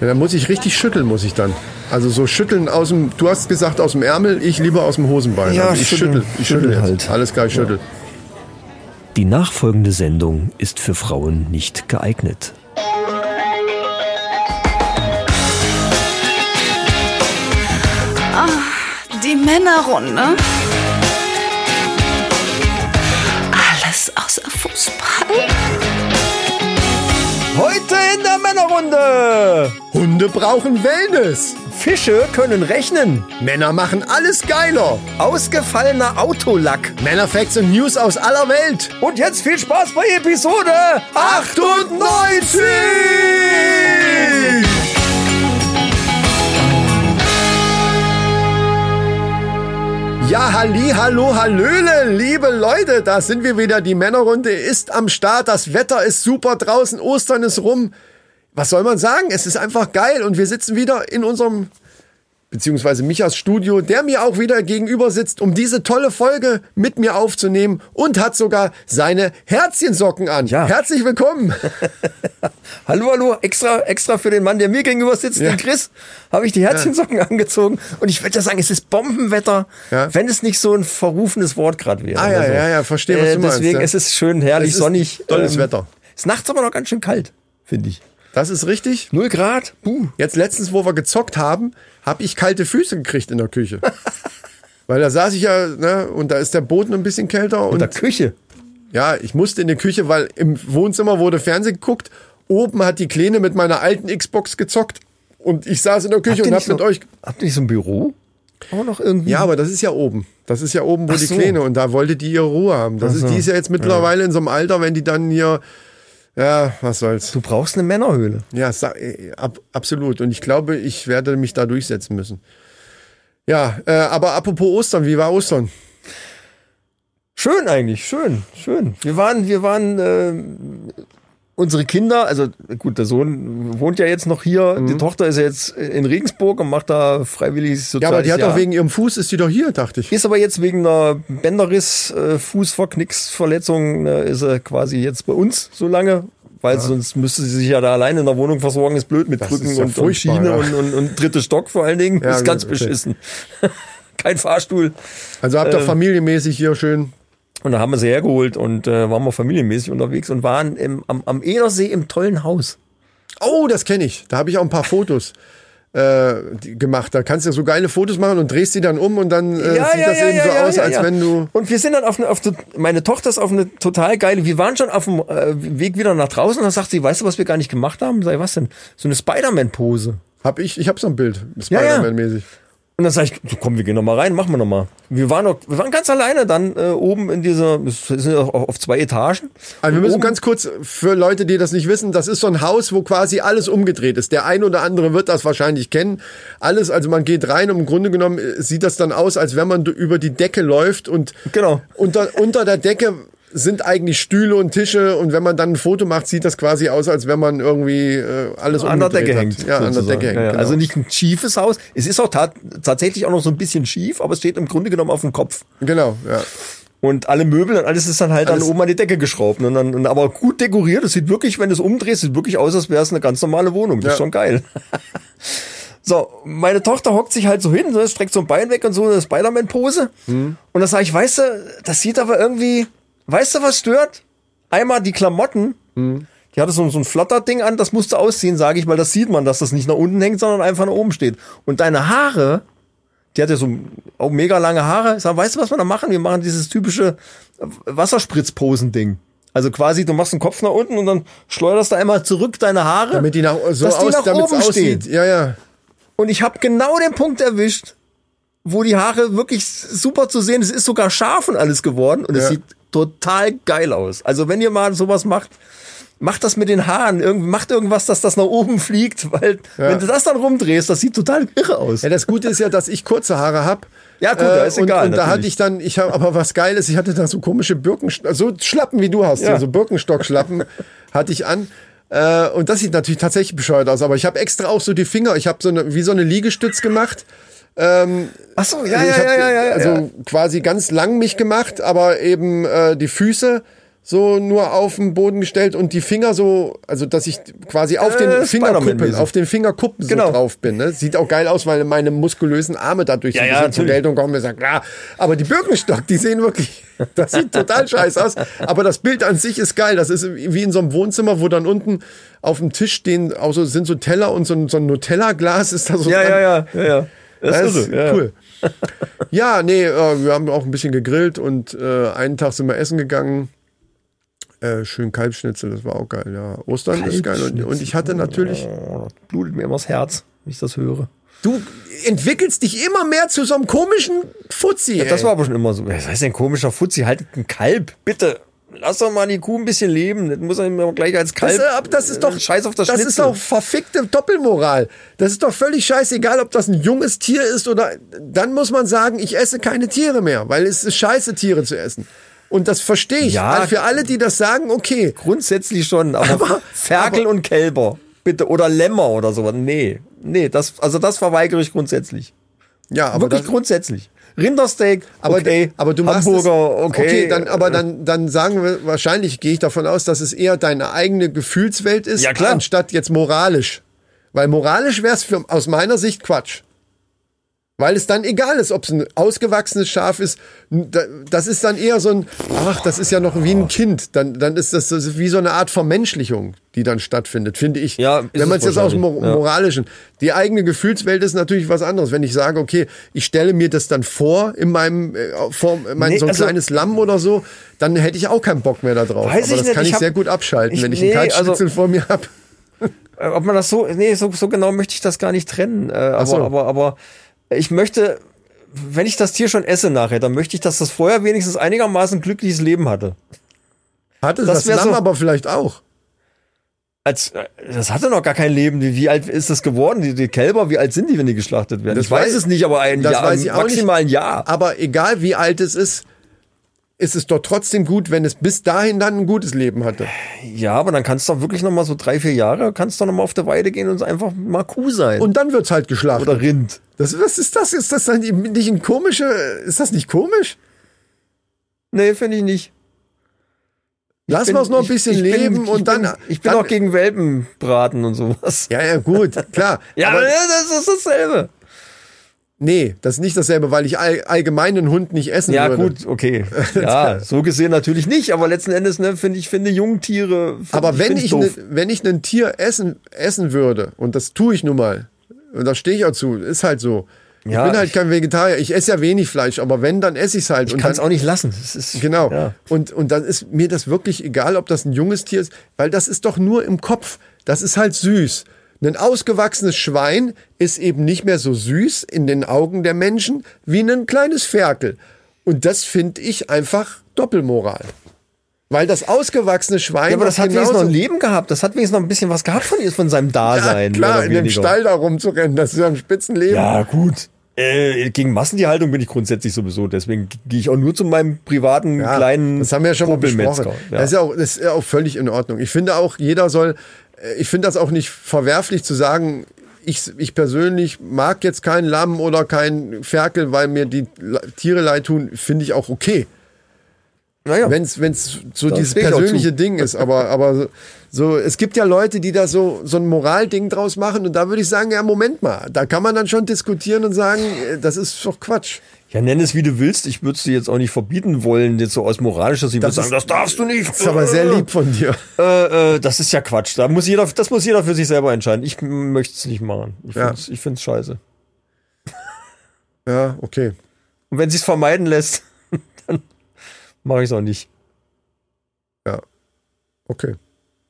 Ja, dann muss ich richtig schütteln, muss ich dann. Also so schütteln aus dem, du hast gesagt aus dem Ärmel, ich lieber aus dem Hosenbein. Ja, also ich schüttel, schütteln, ich schüttel schütteln jetzt. halt. Alles klar, ich schüttel. Die nachfolgende Sendung ist für Frauen nicht geeignet. Die Männerrunde. Alles außer Fußball. Heute in der Männerrunde! Hunde brauchen Wellness. Fische können rechnen. Männer machen alles geiler. Ausgefallener Autolack. Männerfacts und News aus aller Welt. Und jetzt viel Spaß bei Episode 98! Ja, halli, hallo, hallöle, liebe Leute, da sind wir wieder. Die Männerrunde ist am Start. Das Wetter ist super draußen, Ostern ist rum. Was soll man sagen? Es ist einfach geil und wir sitzen wieder in unserem beziehungsweise Michas Studio, der mir auch wieder gegenüber sitzt, um diese tolle Folge mit mir aufzunehmen und hat sogar seine Herzchensocken an. Ja. Herzlich willkommen. Hallo, hallo, extra, extra für den Mann, der mir gegenüber sitzt, Ja. den Chris, habe ich die Herzchensocken angezogen. Und ich würde ja sagen, es ist Bombenwetter, Ja. wenn es nicht so ein verrufenes Wort gerade wäre. Ah, ja, oder so. ja, ja, verstehe, was du meinst, Deswegen, ja. es ist schön, herrlich, Es ist sonnig. ähm, tolles Wetter. Ist nachts aber noch ganz schön kalt, finde ich. Das ist richtig. Null Grad, buh. Jetzt letztens, wo wir gezockt haben, habe ich kalte Füße gekriegt in der Küche. Weil da saß ich ja, ne, und da ist der Boden ein bisschen kälter In und der Küche. ja, ich musste in die Küche, weil im Wohnzimmer wurde Fernsehen geguckt. Oben hat die Kleine mit meiner alten Xbox gezockt und ich saß in der Küche Habt ihr und hab nicht mit so- euch Habt ihr nicht so ein Büro? Auch noch irgendwie? Ja, aber das ist ja oben. Das ist ja oben, wo Ach die so. Kleine und da wollte die ihre Ruhe haben. Das ist, die ist ja jetzt mittlerweile in so einem Alter, wenn die dann hier, ja, was soll's. Du brauchst eine Männerhöhle. Ja, sa- äh, ab, absolut. Und ich glaube, ich werde mich da durchsetzen müssen. Ja, äh, aber apropos Ostern, wie war Ostern? Schön eigentlich, schön, schön. Wir waren, wir waren äh, unsere Kinder, also gut, der Sohn wohnt ja jetzt noch hier, Mhm. die Tochter ist ja jetzt in Regensburg und macht da freiwilliges Ja, soziales aber die hat Jahr. doch wegen ihrem Fuß, ist die doch hier, dachte ich. ist aber jetzt wegen einer Bänderriss, äh, Fußverknicksverletzung, äh, ist er quasi jetzt bei uns so lange, weil sonst müsste sie sich ja da alleine in der Wohnung versorgen, ist blöd mit Krücken ist ja und, und furchtbar, Schiene ja. und, und, und dritte Stock vor allen Dingen. Ja, ist ganz gut, okay. beschissen. Kein Fahrstuhl. Also habt ihr Ähm. familienmäßig hier schön. Und da haben wir sie hergeholt und äh, waren wir familienmäßig unterwegs und waren im, am, am Edersee im tollen Haus. Oh, das kenne ich. Da habe ich auch ein paar Fotos äh, die- gemacht. Da kannst du so geile Fotos machen und drehst die dann um und dann äh, sieht das eben so aus, als wenn du. Und wir sind dann auf eine, auf eine, meine Tochter ist auf eine total geile, wir waren schon auf dem äh, Weg wieder nach draußen und dann sagt sie, weißt du, was wir gar nicht gemacht haben? Sei was denn? So eine Spider-Man-Pose. Hab ich, ich hab so ein Bild, Ja, ja. Spider-Man-mäßig. Und dann sag ich, so, komm, wir gehen noch mal rein, machen wir noch mal. Wir waren, noch, wir waren ganz alleine dann äh, oben in dieser, es sind ja auf, auf zwei Etagen. Also wir Und müssen oben- ganz kurz, für Leute, die das nicht wissen, das ist so ein Haus, wo quasi alles umgedreht ist. Der ein oder andere wird das wahrscheinlich kennen. Alles, also man geht rein und im Grunde genommen äh, sieht das dann aus, als wenn man d- über die Decke läuft und Genau. unter, unter der Decke sind eigentlich Stühle und Tische und wenn man dann ein Foto macht, sieht das quasi aus, als wenn man irgendwie äh, alles an der umgedreht Decke hat. hängt. Ja, an der sozusagen. Decke hängt. Ja, ja. genau. Also nicht ein schiefes Haus. Es ist auch ta- tatsächlich auch noch so ein bisschen schief, aber es steht im Grunde genommen auf dem Kopf. genau, ja. Und alle Möbel und alles ist dann halt Alles- dann oben an die Decke geschraubt. ne? Und dann, und aber gut dekoriert. Es sieht wirklich, wenn du es umdrehst, sieht wirklich aus, als wäre es eine ganz normale Wohnung. Das ist Ja. schon geil. so, meine Tochter hockt sich halt so hin, ne, streckt so ein Bein weg und so eine Spider-Man-Pose. Und da sage ich, weißt du, das sieht aber irgendwie, weißt du, was stört? Einmal die Klamotten. Die hatte so, so ein Flatterding an, das musste ausziehen, sage ich, weil das sieht man, dass das nicht nach unten hängt, sondern einfach nach oben steht. Und deine Haare, die hat ja so auch mega lange Haare. Ich sag, weißt du, was wir da machen? Wir machen dieses typische Wasserspritzposen-Ding. Also quasi, du machst den Kopf nach unten und dann schleuderst du einmal zurück deine Haare. Damit die nach, so dass die aus, nach damit es oben aussieht. stehen. Ja, ja. Und ich habe genau den Punkt erwischt, wo die Haare wirklich super zu sehen. Es ist sogar scharf und alles geworden und es Ja. sieht total geil aus. Also wenn ihr mal sowas macht, macht das mit den Haaren. Irgend, macht irgendwas, dass das nach oben fliegt, weil wenn du das dann rumdrehst, das sieht total irre aus. Ja, das Gute ist ja, dass ich kurze Haare hab. Äh, Ja, gut, da ist und, egal, Und da natürlich. hatte ich dann, ich habe aber was Geiles, ich hatte da so komische Birkenstock, so Schlappen wie du hast, Ja. ja. so Birkenstockschlappen hatte ich an. Äh, und das sieht natürlich tatsächlich bescheuert aus, aber ich habe extra auch so die Finger, ich habe so eine, wie so eine Liegestütz gemacht. Ach so, ja, Ich ja, hab ja, ja, ja. Also quasi ganz lang mich gemacht, aber eben äh, die Füße so nur auf den Boden gestellt und die Finger so, also dass ich quasi auf den Äh, Fingerkuppen, Spider-Man-mäßig. auf den Fingerkuppen Genau. so drauf bin. Ne? Sieht auch geil aus, weil meine muskulösen Arme dadurch so Ja, ein ja, bisschen zur natürlich. Geltung kommen. Ich sag, klar, aber die Birkenstock, die sehen wirklich, das sieht total scheiße aus. Aber das Bild an sich ist geil. Das ist wie in so einem Wohnzimmer, wo dann unten auf dem Tisch stehen, auch so, sind so Teller und so ein, so ein Nutella-Glas ist da so Ja, dran. ja, ja, ja, ja. Das ist irre, ja. cool. Ja, nee, äh, wir haben auch ein bisschen gegrillt und äh, einen Tag sind wir essen gegangen. Äh, schön Kalbschnitzel, das war auch geil, ja. Ostern ist geil. Und, und ich hatte natürlich. Oh, das blutet mir immer das Herz, wenn ich das höre. Du entwickelst dich immer mehr zu so einem komischen Fuzzi. ey. Das war aber schon immer so. Was heißt denn komischer Fuzzi? Haltet ein Kalb, bitte. Lass doch mal die Kuh ein bisschen leben. Das muss er immer gleich als Das, Kalb. äh, ab- das ist doch äh, Scheiß auf das Das Schnitzel. ist doch verfickte Doppelmoral. Das ist doch völlig scheißegal, ob das ein junges Tier ist oder. Dann muss man sagen, ich esse keine Tiere mehr, weil es ist scheiße, Tiere zu essen. Und das verstehe ich. Ja. Also für alle, die das sagen, okay. grundsätzlich schon. Aber, Aber- Ferkel und Kälber, bitte. Oder Lämmer oder sowas. Nee. Nee, das, also das verweigere ich grundsätzlich. Ja, aber Wirklich das, grundsätzlich. Rindersteak, Aber, okay. aber du machst Hamburger, es, okay. Äh. dann, aber dann, dann sagen wir, wahrscheinlich gehe ich davon aus, dass es eher deine eigene Gefühlswelt ist, Ja, klar. anstatt jetzt moralisch. Weil moralisch wäre es aus meiner Sicht Quatsch. Weil es dann egal ist, ob es ein ausgewachsenes Schaf ist. n- da- Das ist dann eher so ein, ach, das ist ja noch Oh. wie ein Kind. Dann, dann ist das so- wie so eine Art Vermenschlichung, die dann stattfindet, finde ich. Ja, ist Wenn man es es jetzt aus dem Mor- wahrscheinlich, ja. Moralischen. Die eigene Gefühlswelt ist natürlich was anderes. Wenn ich sage, okay, ich stelle mir das dann vor, in meinem, äh, vor, mein, Nee, so ein also- kleines Lamm oder so, dann hätte ich auch keinen Bock mehr da drauf. Aber Weiß ich das nicht, kann ich, ich hab- sehr gut abschalten, ich- wenn ich nee, einen also- Kaltschnitzel vor mir habe. Äh, ob man das so, nee, so, so genau möchte ich das gar nicht trennen. Äh, aber, so. aber, aber ich möchte, wenn ich das Tier schon esse nachher, dann möchte ich, dass das vorher wenigstens einigermaßen glückliches Leben hatte. Hatte das, Das wär Lamm so- aber vielleicht auch. Als, äh, das hatte noch gar kein Leben. Wie wie alt ist das geworden? Die, die Kälber, wie alt sind die, wenn die geschlachtet werden? Das ich weiß, weiß- es nicht, aber ein das Jahr, weiß ich auch maximal ein Jahr. Aber egal wie alt es ist, ist es doch trotzdem gut, wenn es bis dahin dann ein gutes Leben hatte. Ja, aber dann kannst du doch wirklich noch mal so drei, vier Jahre, kannst du noch mal auf der Weide gehen und einfach mal Kuh sein. Und dann wird's halt geschlachtet. Oder Rind. das, was ist das? Ist das dann nicht ein komischer, ist das nicht komisch? Nee, finde ich nicht. Lass Bin- mal noch ein ich- bisschen ich bin- leben ich und dann. Bin, ich bin dann, auch gegen Welpenbraten und sowas. Ja, ja, gut, klar. Ja, äh. aber das ist dasselbe. Nee, das ist nicht dasselbe, weil ich all, allgemein einen Hund nicht essen Ja, würde. gut, okay. Ja, so gesehen natürlich nicht, aber letzten Endes ne, finde ich, finde Jungtiere. Find, Aber wenn find's ich, ne, doof. wenn ich ein Tier essen, essen würde, und das tue ich nun mal, und da stehe ich auch zu, ist halt so. Ja, ich bin halt ich- kein Vegetarier, ich esse ja wenig Fleisch, aber wenn, dann esse ich es halt. ich und kann dann, es auch nicht lassen. Das ist, Genau. Ja. Und, und dann ist mir das wirklich egal, ob das ein junges Tier ist, weil das ist doch nur im Kopf. Das ist halt süß. Ein ausgewachsenes Schwein ist eben nicht mehr so süß in den Augen der Menschen wie ein kleines Ferkel. Und das finde ich einfach Doppelmoral. Weil das ausgewachsene Schwein. Ja, aber das doch hat wenigstens noch genauso- ein Leben gehabt. Das hat wenigstens noch ein bisschen was gehabt von, ihr- von seinem ja, Dasein. mehr klar, oder in dem weniger. Stall da rumzurennen, das ist ja ein Spitzenleben. Ja, gut. Äh, gegen Massentierhaltung bin ich grundsätzlich sowieso. Deswegen gehe ich auch nur zu meinem privaten Ja, kleinen. Das haben wir ja schon mal Popelmetzger. besprochen. Also- Ja. Das, ist ja auch, das ist ja auch völlig in Ordnung. Ich finde auch, jeder soll, äh, ich finde das auch nicht verwerflich zu sagen, ich, ich persönlich mag jetzt keinen Lamm oder keinen Ferkel, weil mir die Le- Tiere leid tun, finde ich auch okay. naja. Wenn es wenn's so Da dieses stehe ich auch persönliche zu. Ding ist. Aber, aber so- so, es gibt ja Leute, die da so, so ein Moralding draus machen. Und da würde ich sagen, ja, Moment mal, da kann man dann schon diskutieren und sagen, äh, das ist doch Quatsch. ja, nenn es wie du willst. Ich würde es dir jetzt auch nicht verbieten wollen, jetzt so aus moralischer Sicht Das würde sagen, ist- das darfst du nicht. Das ist aber sehr lieb von dir. Äh, äh, das ist ja Quatsch. Da muss jeder, das muss jeder für sich selber entscheiden. Ich möchte es nicht machen. Ich Ja. finde es find's scheiße. Ja, okay. Und wenn sie es vermeiden lässt, dann mache ich es auch nicht. Okay.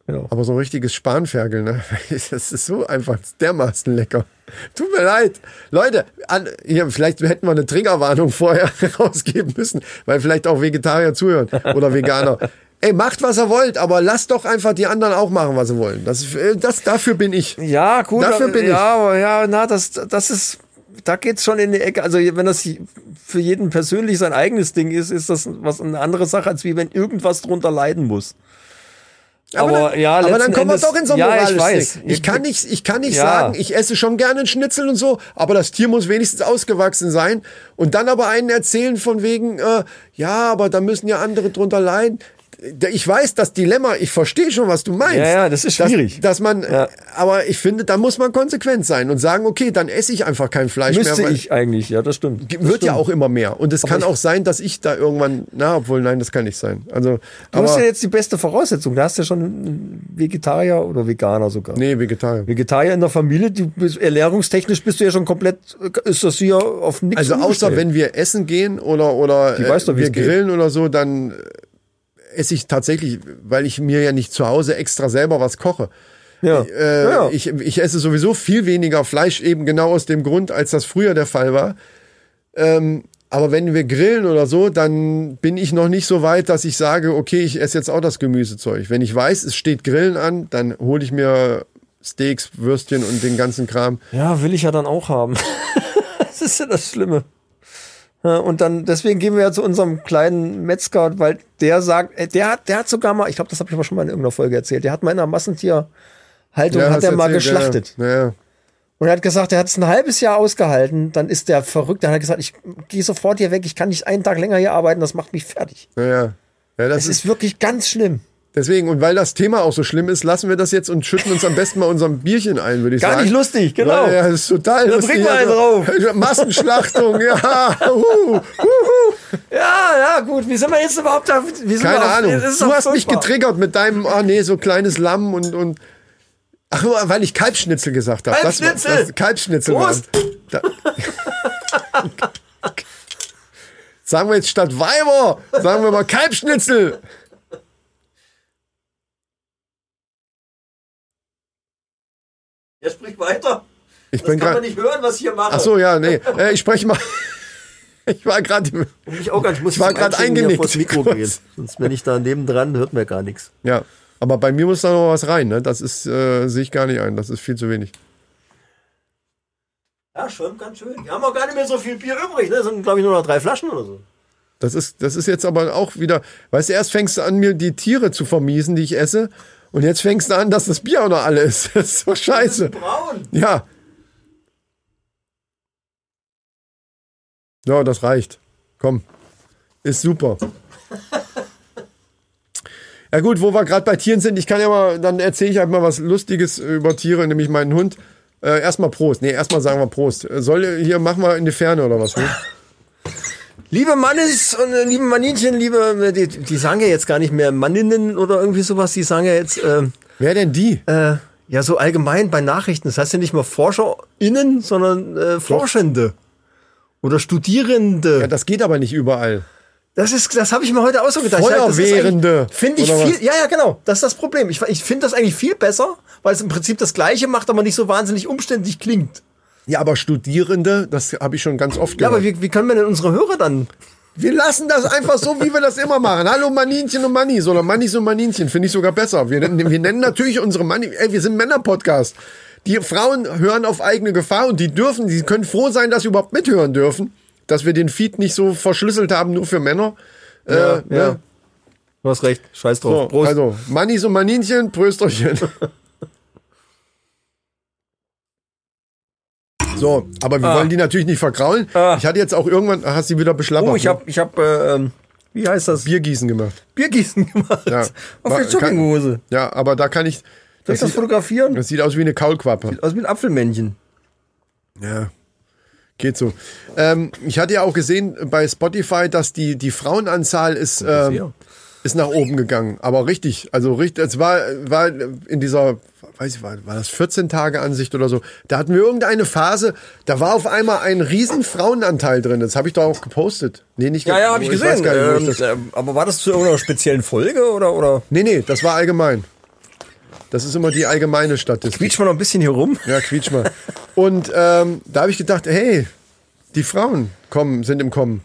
Genau. Aber so ein richtiges Spanferkel, ne? Das ist so einfach dermaßen lecker. Tut mir leid. Leute, an, hier, vielleicht hätten wir eine Triggerwarnung vorher rausgeben müssen, weil vielleicht auch Vegetarier zuhören oder Veganer. Ey, macht, was ihr wollt, aber lasst doch einfach die anderen auch machen, was sie wollen. Das, äh, das, dafür bin ich. Ja, gut. äh, Dafür bin ja, ich. aber ja, na, das, das ist, da geht's schon in die Ecke. Also wenn das für jeden persönlich sein eigenes Ding ist, ist das was eine andere Sache, als wie wenn irgendwas drunter leiden muss. Aber, ja, aber dann letzten kommen wir Endes- doch in so ein ja, ich moralisches weiß. Ding. Ich kann nicht, ich kann nicht Ja. sagen, ich esse schon gerne einen Schnitzel und so, aber das Tier muss wenigstens ausgewachsen sein. Und dann aber einen erzählen von wegen, äh, ja, aber da müssen ja andere drunter leiden. ich weiß das Dilemma, ich verstehe schon, was du meinst. Ja, ja, das ist schwierig. Dass, dass man, Ja. aber ich finde, da muss man konsequent sein und sagen, okay, dann esse ich einfach kein Fleisch Müsste mehr. weil- ich eigentlich, ja, das stimmt. Ge- Wird ja auch immer mehr. Und es kann ich- auch sein, dass ich da irgendwann, na, obwohl, nein, das kann nicht sein. Also, Du hast aber, ja jetzt die beste Voraussetzung. Da hast du ja schon einen Vegetarier oder Veganer sogar. nee, Vegetarier. Vegetarier in der Familie, du bist, ernährungstechnisch bist du ja schon komplett, ist das hier auf nichts Also, außer umgestellt. wenn wir essen gehen oder, oder äh, Die weiß doch, wie wir es geht. grillen oder so, dann äh, esse ich tatsächlich, weil ich mir ja nicht zu Hause extra selber was koche. Ja. Äh, ja. ich, ich esse sowieso viel weniger Fleisch, eben genau aus dem Grund, als das früher der Fall war. Ähm, aber wenn wir grillen oder so, dann bin ich noch nicht so weit, dass ich sage, okay, ich esse jetzt auch das Gemüsezeug. Wenn ich weiß, es steht Grillen an, dann hole ich mir Steaks, Würstchen und den ganzen Kram. ja, will ich ja dann auch haben. das ist ja das Schlimme. Ja, und dann, deswegen gehen wir ja zu unserem kleinen Metzger, weil der sagt, äh, der hat, der hat sogar mal, ich glaube, das habe ich aber schon mal in irgendeiner Folge erzählt, der hat mal in einer Massentierhaltung, hat hast er du mal erzählt, geschlachtet. Ja, ja. Und er hat gesagt, er hat es ein halbes Jahr ausgehalten. Dann ist der verrückt. Dann hat er gesagt, ich gehe sofort hier weg. Ich kann nicht einen Tag länger hier arbeiten. Das macht mich fertig. ja, ja. ja das Es ist, ist wirklich ganz schlimm. deswegen, und weil das Thema auch so schlimm ist, lassen wir das jetzt und schütten uns am besten mal unserem Bierchen ein, würde ich Gar sagen. nicht lustig, genau. Ja, ja, das ist total Da lustig. trinken wir einen drauf. Massenschlachtung, ja. Uh, uh, Ja, ja, gut. Wie sind wir jetzt überhaupt da? Wie sind keine wir auf- Ahnung. Es ist Du doch hast mich furchtbar. getriggert mit deinem, ah nee, so kleines Lamm und, und Ach, weil ich Kalbschnitzel gesagt habe. Das war- Kalbschnitzel! das- Kalbschnitzel. Prost! war- Da. sagen wir jetzt statt Weiber, sagen wir mal Kalbschnitzel. Er spricht weiter. Ich bin gerade. nicht hören, was ich hier mache. Ach so, ja, nee. Äh, ich spreche mal. ich war gerade. Ich, auch gar, ich, muss Ich war zum grad Einschenken hier eingenickt. vors Mikro Kurz. gehen. Sonst, wenn ich da nebendran, hört mir gar nichts. Ja. Aber bei mir muss da noch was rein, ne? Das ist, äh, sehe ich gar nicht ein. Das ist viel zu wenig. Ja, schon ganz schön. Wir haben auch gar nicht mehr so viel Bier übrig. Ne? Sind, glaube ich, nur noch drei Flaschen oder so. Das ist, das ist jetzt aber auch wieder, weißt du, erst fängst du an, mir die Tiere zu vermiesen, die ich esse. Und jetzt fängst du an, dass das Bier auch noch alle ist. Das ist so scheiße. Braun. Ja. Ja, das reicht. Komm. Ist super. Ja gut, wo wir gerade bei Tieren sind, ich kann ja mal, dann erzähle ich halt mal was Lustiges über Tiere, nämlich meinen Hund. Äh, erstmal Prost. Nee, erstmal sagen wir Prost. Äh, Soll hier, machen wir in die Ferne oder was? Ne? Liebe Mannes und äh, liebe Maninchen, liebe, äh, die, die sagen ja jetzt gar nicht mehr Manninnen oder irgendwie sowas, die sagen ja jetzt, äh, Wer denn die? äh, ja so allgemein bei Nachrichten, das heißt ja nicht mehr ForscherInnen, sondern äh, Forschende oder Studierende. Ja, das geht aber nicht überall. das ist, das habe ich mir heute auch so gedacht. Ich sag, das ist Feuerwehrende, eigentlich- Finde ich oder was? viel, ja, ja, genau, das ist das Problem. Ich, ich finde das eigentlich viel besser, weil es im Prinzip das Gleiche macht, aber nicht so wahnsinnig umständlich klingt. Ja, aber Studierende, das habe ich schon ganz oft Ja, gehört. aber wie, wie können wir denn unsere Hörer dann wir lassen das einfach so, wie wir das immer machen. Hallo Maninchen und Mannis oder Mannis und Maninchen, finde ich sogar besser. Wir, nennen- wir nennen natürlich unsere Manni, ey, wir sind Männer-Podcast. Die Frauen hören auf eigene Gefahr und die dürfen, die können froh sein, dass sie überhaupt mithören dürfen, dass wir den Feed nicht so verschlüsselt haben, nur für Männer. Ja, ne? ja. Du hast recht, scheiß drauf. So, Also, Mannis und Maninchen, Prösterchen. So, aber wir wollen die natürlich nicht verkraulen. Ah. Ich hatte jetzt auch irgendwann, hast die wieder beschlappert. oh, ich ne? hab, ich hab, äh, ähm, wie heißt das? Biergießen gemacht. Biergießen gemacht. Ja. Auf War- der Jogginghose. Ja, aber da kann ich. Soll ich Das, das sieht, fotografieren? das sieht aus wie eine Kaulquappe. Aus wie ein Apfelmännchen. Ja. Geht so. Ähm, ich hatte ja auch gesehen bei Spotify, dass die, die Frauenanzahl ist, ähm, ist nach oben gegangen. Aber richtig, also richtig, es war, war in dieser, weiß ich, war, war das 14 Tage Ansicht oder so. Da hatten wir irgendeine Phase, da war auf einmal ein riesen Frauenanteil drin. Das habe ich doch auch gepostet. Nee, nicht ge- weiß gar nicht, Ähm, wo ich das- äh, aber war das zu irgendeiner speziellen Folge oder, oder? Nee, nee, das war allgemein. Das ist immer die allgemeine Statistik. Quietsch mal noch ein bisschen hier rum. Ja, quietsch mal. Und ähm, da habe ich gedacht, hey, die Frauen kommen, sind im Kommen.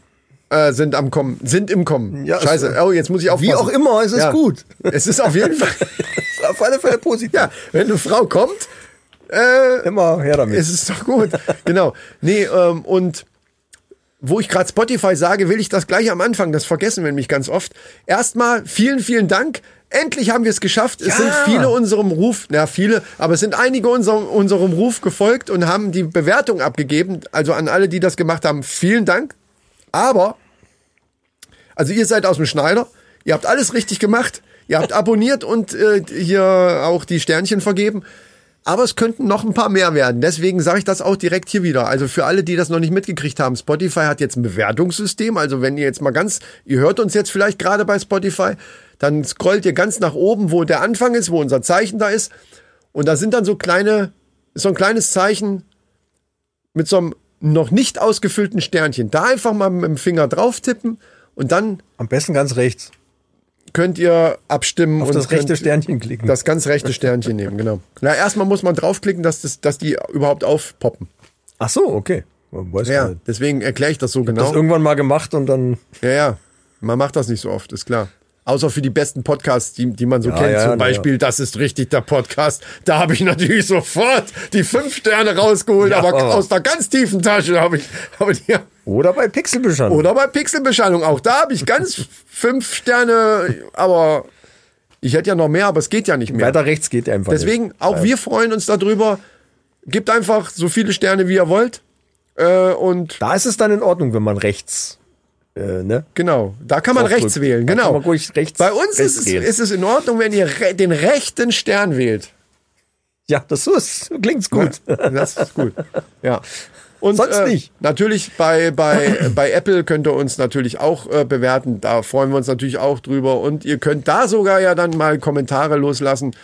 Äh, sind am Kommen, sind im Kommen. Ja, Scheiße, es- oh, jetzt muss ich aufpassen. Wie auch immer, es ist ja. gut. Es ist auf jeden Fall, Auf alle Fälle positiv. ja, wenn eine Frau kommt, äh, Immer her damit. es ist doch gut. genau. Nee, ähm, und wo ich gerade Spotify sage, will ich das gleich am Anfang. Das vergessen wir nämlich ganz oft. Erstmal vielen, vielen Dank. Endlich haben wir es geschafft. Es sind viele unserem Ruf, na viele, aber es sind einige unserem, unserem Ruf gefolgt und haben die Bewertung abgegeben. Also an alle, die das gemacht haben, vielen Dank. Aber, also ihr seid aus dem Schneider. Ihr habt alles richtig gemacht. Ihr habt abonniert und äh, hier auch die Sternchen vergeben. Aber es könnten noch ein paar mehr werden. Deswegen sage ich das auch direkt hier wieder. Also für alle, die das noch nicht mitgekriegt haben, Spotify hat jetzt ein Bewertungssystem. Also wenn ihr jetzt mal ganz, ihr hört uns jetzt vielleicht gerade bei Spotify, dann scrollt ihr ganz nach oben, wo der Anfang ist, wo unser Zeichen da ist. Und da sind dann so kleine, ist so ein kleines Zeichen mit so einem noch nicht ausgefüllten Sternchen. Da einfach mal mit dem Finger drauf tippen und dann Am besten ganz rechts. könnt ihr abstimmen. Auf und das rechte könnt Sternchen klicken. Das ganz rechte Sternchen nehmen, genau. Na, erstmal muss man draufklicken, dass, das, dass die überhaupt aufpoppen. Ach so, okay. Man Weiß Ja, gar nicht. deswegen erkläre ich das so Das genau. irgendwann mal gemacht und dann. Ja, ja. Man macht das nicht so oft, ist klar. Außer für die besten Podcasts, die, die man so kennt. ja, Zum na ja. Beispiel, das ist richtig der Podcast. Da habe ich natürlich sofort die fünf Sterne rausgeholt, Ja. aber aus der ganz tiefen Tasche habe ich. Aber die, Oder bei Pixelbeschallung. oder bei Pixelbeschallung. Auch da habe ich ganz fünf Sterne, aber ich hätte ja noch mehr, aber es geht ja nicht mehr. Weiter rechts geht einfach. Deswegen, nicht. auch wir freuen uns darüber. Gebt einfach so viele Sterne, wie ihr wollt. Äh, und Da ist es dann in Ordnung, wenn man rechts. Äh, ne? genau, da kann man Draufdrücken. rechts wählen. Da Genau. kann man ruhig rechts- Bei uns rechts ist, es, gehen. ist es in Ordnung, wenn ihr re den rechten Stern wählt. Ja, das ist. Klingt's gut. Das ist gut. Ja. Und, äh, Sonst nicht. Natürlich bei, bei, bei Apple könnt ihr uns natürlich auch äh, bewerten. Da freuen wir uns natürlich auch drüber. Und ihr könnt da sogar ja dann mal Kommentare loslassen,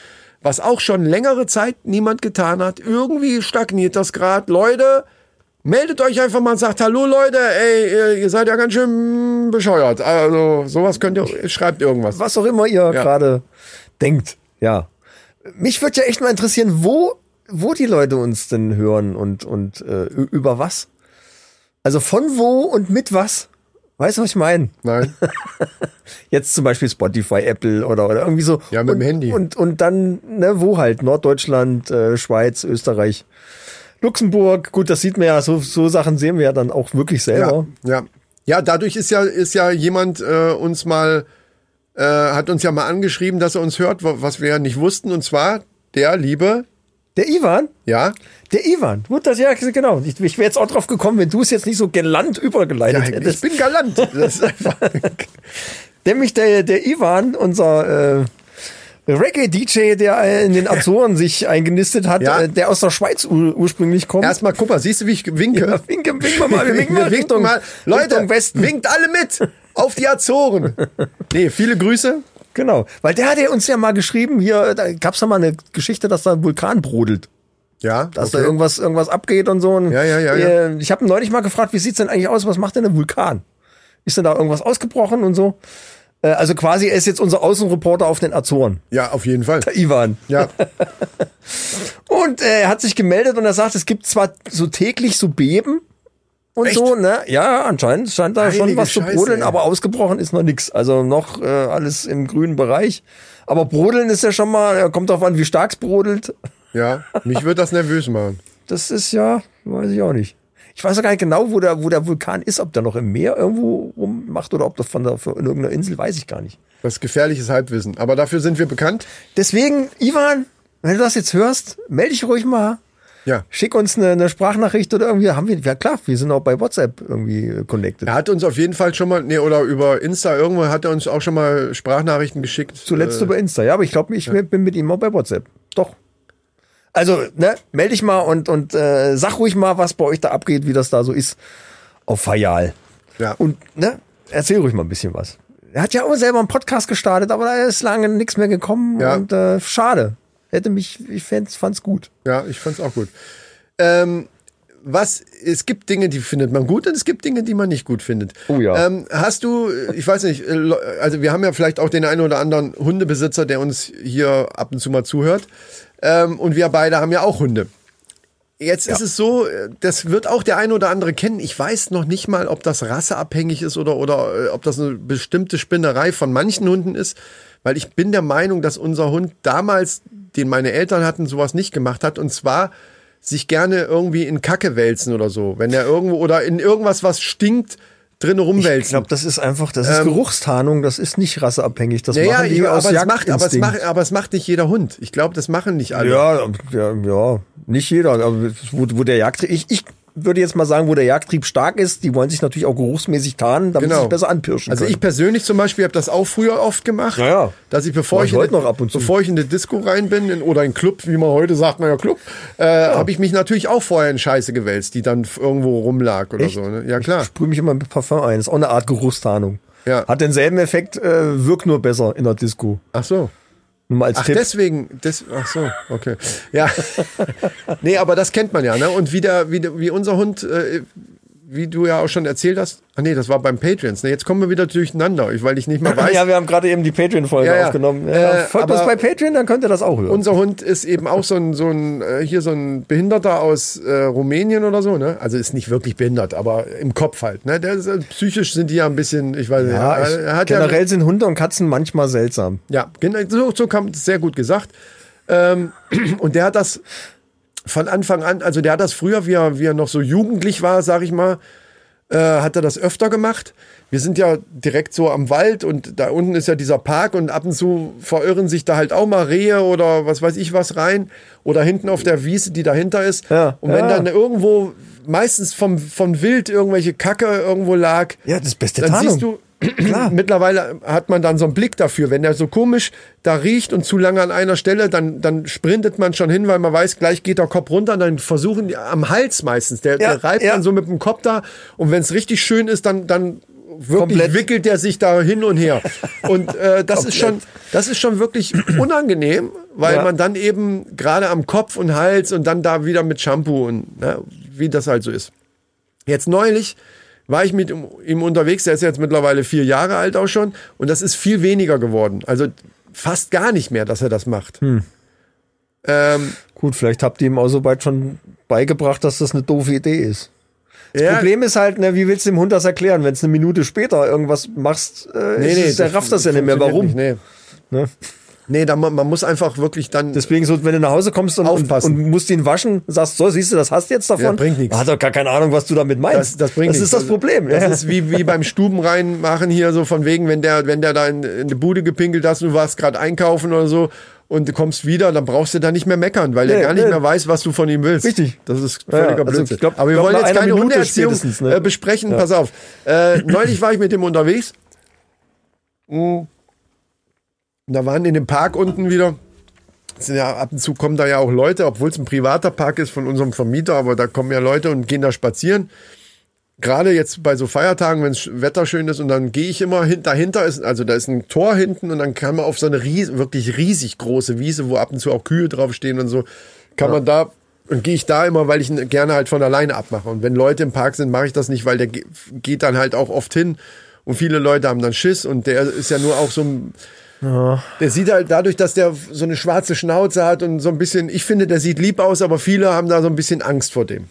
was auch schon längere Zeit niemand getan hat. Irgendwie stagniert das gerade. Leute, meldet euch einfach mal und sagt, hallo Leute, ey, ihr, ihr seid ja ganz schön bescheuert. Also sowas könnt ihr, schreibt irgendwas. was auch immer ihr Ja. gerade denkt. Ja. Mich würde ja echt mal interessieren, wo, wo die Leute uns denn hören und, und äh, ü- über was? Also von wo und mit was? Weißt du, was ich meine? Nein. Jetzt zum Beispiel Spotify, Apple oder, oder irgendwie so. Ja, mit und, dem Handy. Und, und dann, ne, wo halt? Norddeutschland, äh, Schweiz, Österreich, Luxemburg. Gut, das sieht man ja, so, so Sachen sehen wir ja dann auch wirklich selber. Ja, ja. ja dadurch ist ja, ist ja jemand äh, uns mal, äh, hat uns ja mal angeschrieben, dass er uns hört, wa- was wir ja nicht wussten. Und zwar der liebe, Der Ivan, ja, der Ivan. Gut, das, ja, genau. Ich, ich wäre jetzt auch drauf gekommen, wenn du es jetzt nicht so galant übergeleitet ja ich hättest. bin galant. Das ist einfach, Nämlich der, der Ivan, unser äh, Reggae-DJ, der äh, in den Azoren sich eingenistet hat, Ja. äh, der aus der Schweiz ur ursprünglich kommt. Erstmal, guck mal, siehst du, wie ich winke? Ja, winken, winken wir mal, wir winken mal winken Richtung- mal. Leute, Richtung Westen. winkt alle mit auf die Azoren. Nee, viele Grüße. Genau, weil der hat ja uns ja mal geschrieben, hier, da gab's ja mal eine Geschichte, dass da ein Vulkan brodelt, Ja, dass da irgendwas, irgendwas abgeht und so. Und, Ja, ja, ja, ja. Äh, ich habe neulich mal gefragt, wie sieht's denn eigentlich aus, was macht denn ein Vulkan? Ist denn da irgendwas ausgebrochen und so? Äh, also quasi, er ist jetzt unser Außenreporter auf den Azoren, ja, auf jeden Fall. Ivan. Ja, Und äh, er hat sich gemeldet und er sagt, es gibt zwar so täglich so Beben und Echt? so, ne? Ja, anscheinend scheint da schon Heilige was zu Scheiße, brodeln, ey. aber ausgebrochen ist noch nix. Also noch äh, alles im grünen Bereich. Aber brodeln ist ja schon mal, äh, kommt drauf an, wie stark's brodelt. ja. Mich wird das nervös machen. Das ist ja, weiß ich auch nicht. Ich weiß ja gar nicht genau, wo der, wo der Vulkan ist, ob der noch im Meer irgendwo rummacht oder ob das von der von irgendeiner Insel, weiß ich gar nicht. Das ist gefährliches Halbwissen. Aber dafür sind wir bekannt. Deswegen, Ivan, wenn du das jetzt hörst, melde dich ruhig mal. Ja. Schick uns eine, eine Sprachnachricht oder irgendwie haben wir, ja klar, wir sind auch bei WhatsApp irgendwie äh, connected. Er hat uns auf jeden Fall schon mal, nee, oder über Insta irgendwo hat er uns auch schon mal Sprachnachrichten geschickt. Zuletzt äh, über Insta, ja, aber ich glaube, ich bin mit ihm auch bei WhatsApp. Doch. Also, ne, melde dich mal und, und äh, sag ruhig mal, was bei euch da abgeht, wie das da so ist. Auf Fayal. ja. Und, ne, erzähl ruhig mal ein bisschen was. Er hat ja auch selber einen Podcast gestartet, aber da ist lange nichts mehr gekommen Ja. und äh, schade. Hätte mich, ich fand's, fand's gut. ja, ich fand's auch gut. Ähm, was, es gibt Dinge, die findet man gut und es gibt Dinge, die man nicht gut findet. Oh ja. Ähm, hast du, ich weiß nicht, äh, Le- also wir haben ja vielleicht auch den einen oder anderen Hundebesitzer, der uns hier ab und zu mal zuhört. Ähm, und wir beide haben ja auch Hunde. Jetzt ist es so, äh, das wird auch der eine oder andere kennen. Ich weiß noch nicht mal, ob das rasseabhängig ist oder, oder äh, ob das eine bestimmte Spinnerei von manchen Hunden ist, weil ich bin der Meinung, dass unser Hund damals, den meine Eltern hatten, sowas nicht gemacht hat. Und zwar sich gerne irgendwie in Kacke wälzen oder so. Wenn er irgendwo oder in irgendwas, was stinkt, drin rumwälzen. Ich glaube, das ist einfach, das ist Geruchstarnung, das ist nicht rasseabhängig. Das Ja, machen die ja, aus Ähm, aber, es macht, Jagdinstinkt. aber, es macht, aber es macht nicht jeder Hund. Also Ich glaube, das machen nicht alle. Ja, ja, ja, nicht jeder. Aber wo, wo der Jagd, ich, ich würde jetzt mal sagen, wo der Jagdtrieb stark ist, die wollen sich natürlich auch geruchsmäßig tarnen, damit sie sich besser anpirschen Also können. ich persönlich zum Beispiel habe das auch früher oft gemacht, Ja, ja. dass ich bevor Mach ich, ich heute in, noch ab und zu. bevor ich in eine Disco rein bin in, oder in einen Club, wie man heute sagt, naja Club, äh, habe ich mich natürlich auch vorher in Scheiße gewälzt, die dann f- irgendwo rumlag oder Echt? so. Ne? Ja klar. sprühe mich immer mit Parfum ein. Ist auch eine Art Geruchstarnung. Ja. Hat denselben Effekt, äh, wirkt nur besser in der Disco. Ach so. Nur mal als Ach, Tipp. deswegen, des, ach so, okay. Ja. nee, aber das kennt man ja, ne? Und wie, der, wie, der, wie unser Hund, äh, wie du ja auch schon erzählt hast, ach nee, das war beim Patreons, ne? Jetzt kommen wir wieder durcheinander, ich- weil ich nicht mal weiß. ja, wir haben gerade eben die Patreon-Folge Ja, ja. aufgenommen. Äh, folgt aber- uns bei Patreon, dann könnt ihr das auch hören. Unser Hund ist eben auch so ein, so ein äh, hier so ein Behinderter aus äh, Rumänien oder so, ne? Also ist nicht wirklich behindert, aber im Kopf halt, ne? Der ist, äh, psychisch sind die ja ein bisschen, ich weiß nicht, ja, er- ich, er hat generell sind Hunde und Katzen manchmal seltsam. ja, genau, so, so kam es sehr gut gesagt. Ähm, und der hat das von Anfang an, also der hat das früher, wie er, wie er noch so jugendlich war, sag ich mal, äh, hat er das öfter gemacht. Wir sind ja direkt so am Wald und da unten ist ja dieser Park und ab und zu verirren sich da halt auch mal Rehe oder was weiß ich was rein oder hinten auf der Wiese, die dahinter ist. Ja, Und wenn ja. dann irgendwo meistens vom, vom Wild irgendwelche Kacke irgendwo lag, Ja, das ist beste dann Tarnung. siehst du, mittlerweile hat man dann so einen Blick dafür. Wenn der so komisch da riecht und zu lange an einer Stelle, dann, dann sprintet man schon hin, weil man weiß, gleich geht der Kopf runter. Und dann versuchen die am Hals meistens. Der, Ja, der reibt ja. dann so mit dem Kopf da. Und wenn es richtig schön ist, dann, dann wirklich Komplett. wickelt der sich da hin und her. Und äh, das, ist schon, das ist schon wirklich unangenehm, weil Ja. man dann eben gerade am Kopf und Hals und dann da wieder mit Shampoo und ne, wie das halt so ist. Jetzt neulich war ich mit ihm unterwegs, der ist jetzt mittlerweile vier Jahre alt auch schon, und das ist viel weniger geworden. Also fast gar nicht mehr, dass er das macht. Hm. Ähm, Gut, vielleicht habt ihr ihm auch so weit schon beigebracht, dass das eine doofe Idee ist. Das ja, Problem ist halt, ne, wie willst du dem Hund das erklären, wenn es eine Minute später irgendwas machst, äh, nee, ist nee, es- der rafft das ja nicht mehr. Warum? funktioniert Nicht, nee, Ne? nee da, mu- man muss einfach wirklich dann. Deswegen, so, wenn du nach Hause kommst und, und, Aufpassen. und musst ihn waschen, sagst, so, siehst du, das hast du jetzt davon. Ja, bringt nichts. Hat doch gar keine Ahnung, was du damit meinst. das nichts. Also, ist das Problem. Das ja. ist wie, wie beim Stubenrein machen hier, so von wegen, wenn der, wenn der da in, in die Bude gepinkelt hast, und du warst gerade einkaufen oder so und du kommst wieder, dann brauchst du da nicht mehr meckern, weil der Nee, gar nicht nee. mehr weiß, was du von ihm willst. Richtig. Das ist völliger Ja, also Blödsinn. ich glaub- Aber wir glaub, wollen nach jetzt einer keine Minute Hundeerziehung spätestens, ne? äh, besprechen. Pass auf. Äh, neulich war ich mit dem unterwegs. Und da waren in dem Park unten wieder. es Sind ja, ab und zu kommen da ja auch Leute, obwohl es ein privater Park ist von unserem Vermieter, aber da kommen ja Leute und gehen da spazieren. Gerade jetzt bei so Feiertagen, wenn das Wetter schön ist und dann gehe ich immer hin, dahinter ist, also da ist ein Tor hinten und dann kann man auf so eine ries, wirklich riesig große Wiese, wo ab und zu auch Kühe draufstehen und so, kann man da und gehe ich da immer, weil ich ihn gerne halt von alleine abmache. Und wenn Leute im Park sind, mache ich das nicht, weil der ge- geht dann halt auch oft hin und viele Leute haben dann Schiss und der ist ja nur auch so ein der sieht halt dadurch, dass der so eine schwarze Schnauze hat und so ein bisschen, ich finde, der sieht lieb aus, aber viele haben da so ein bisschen Angst vor dem.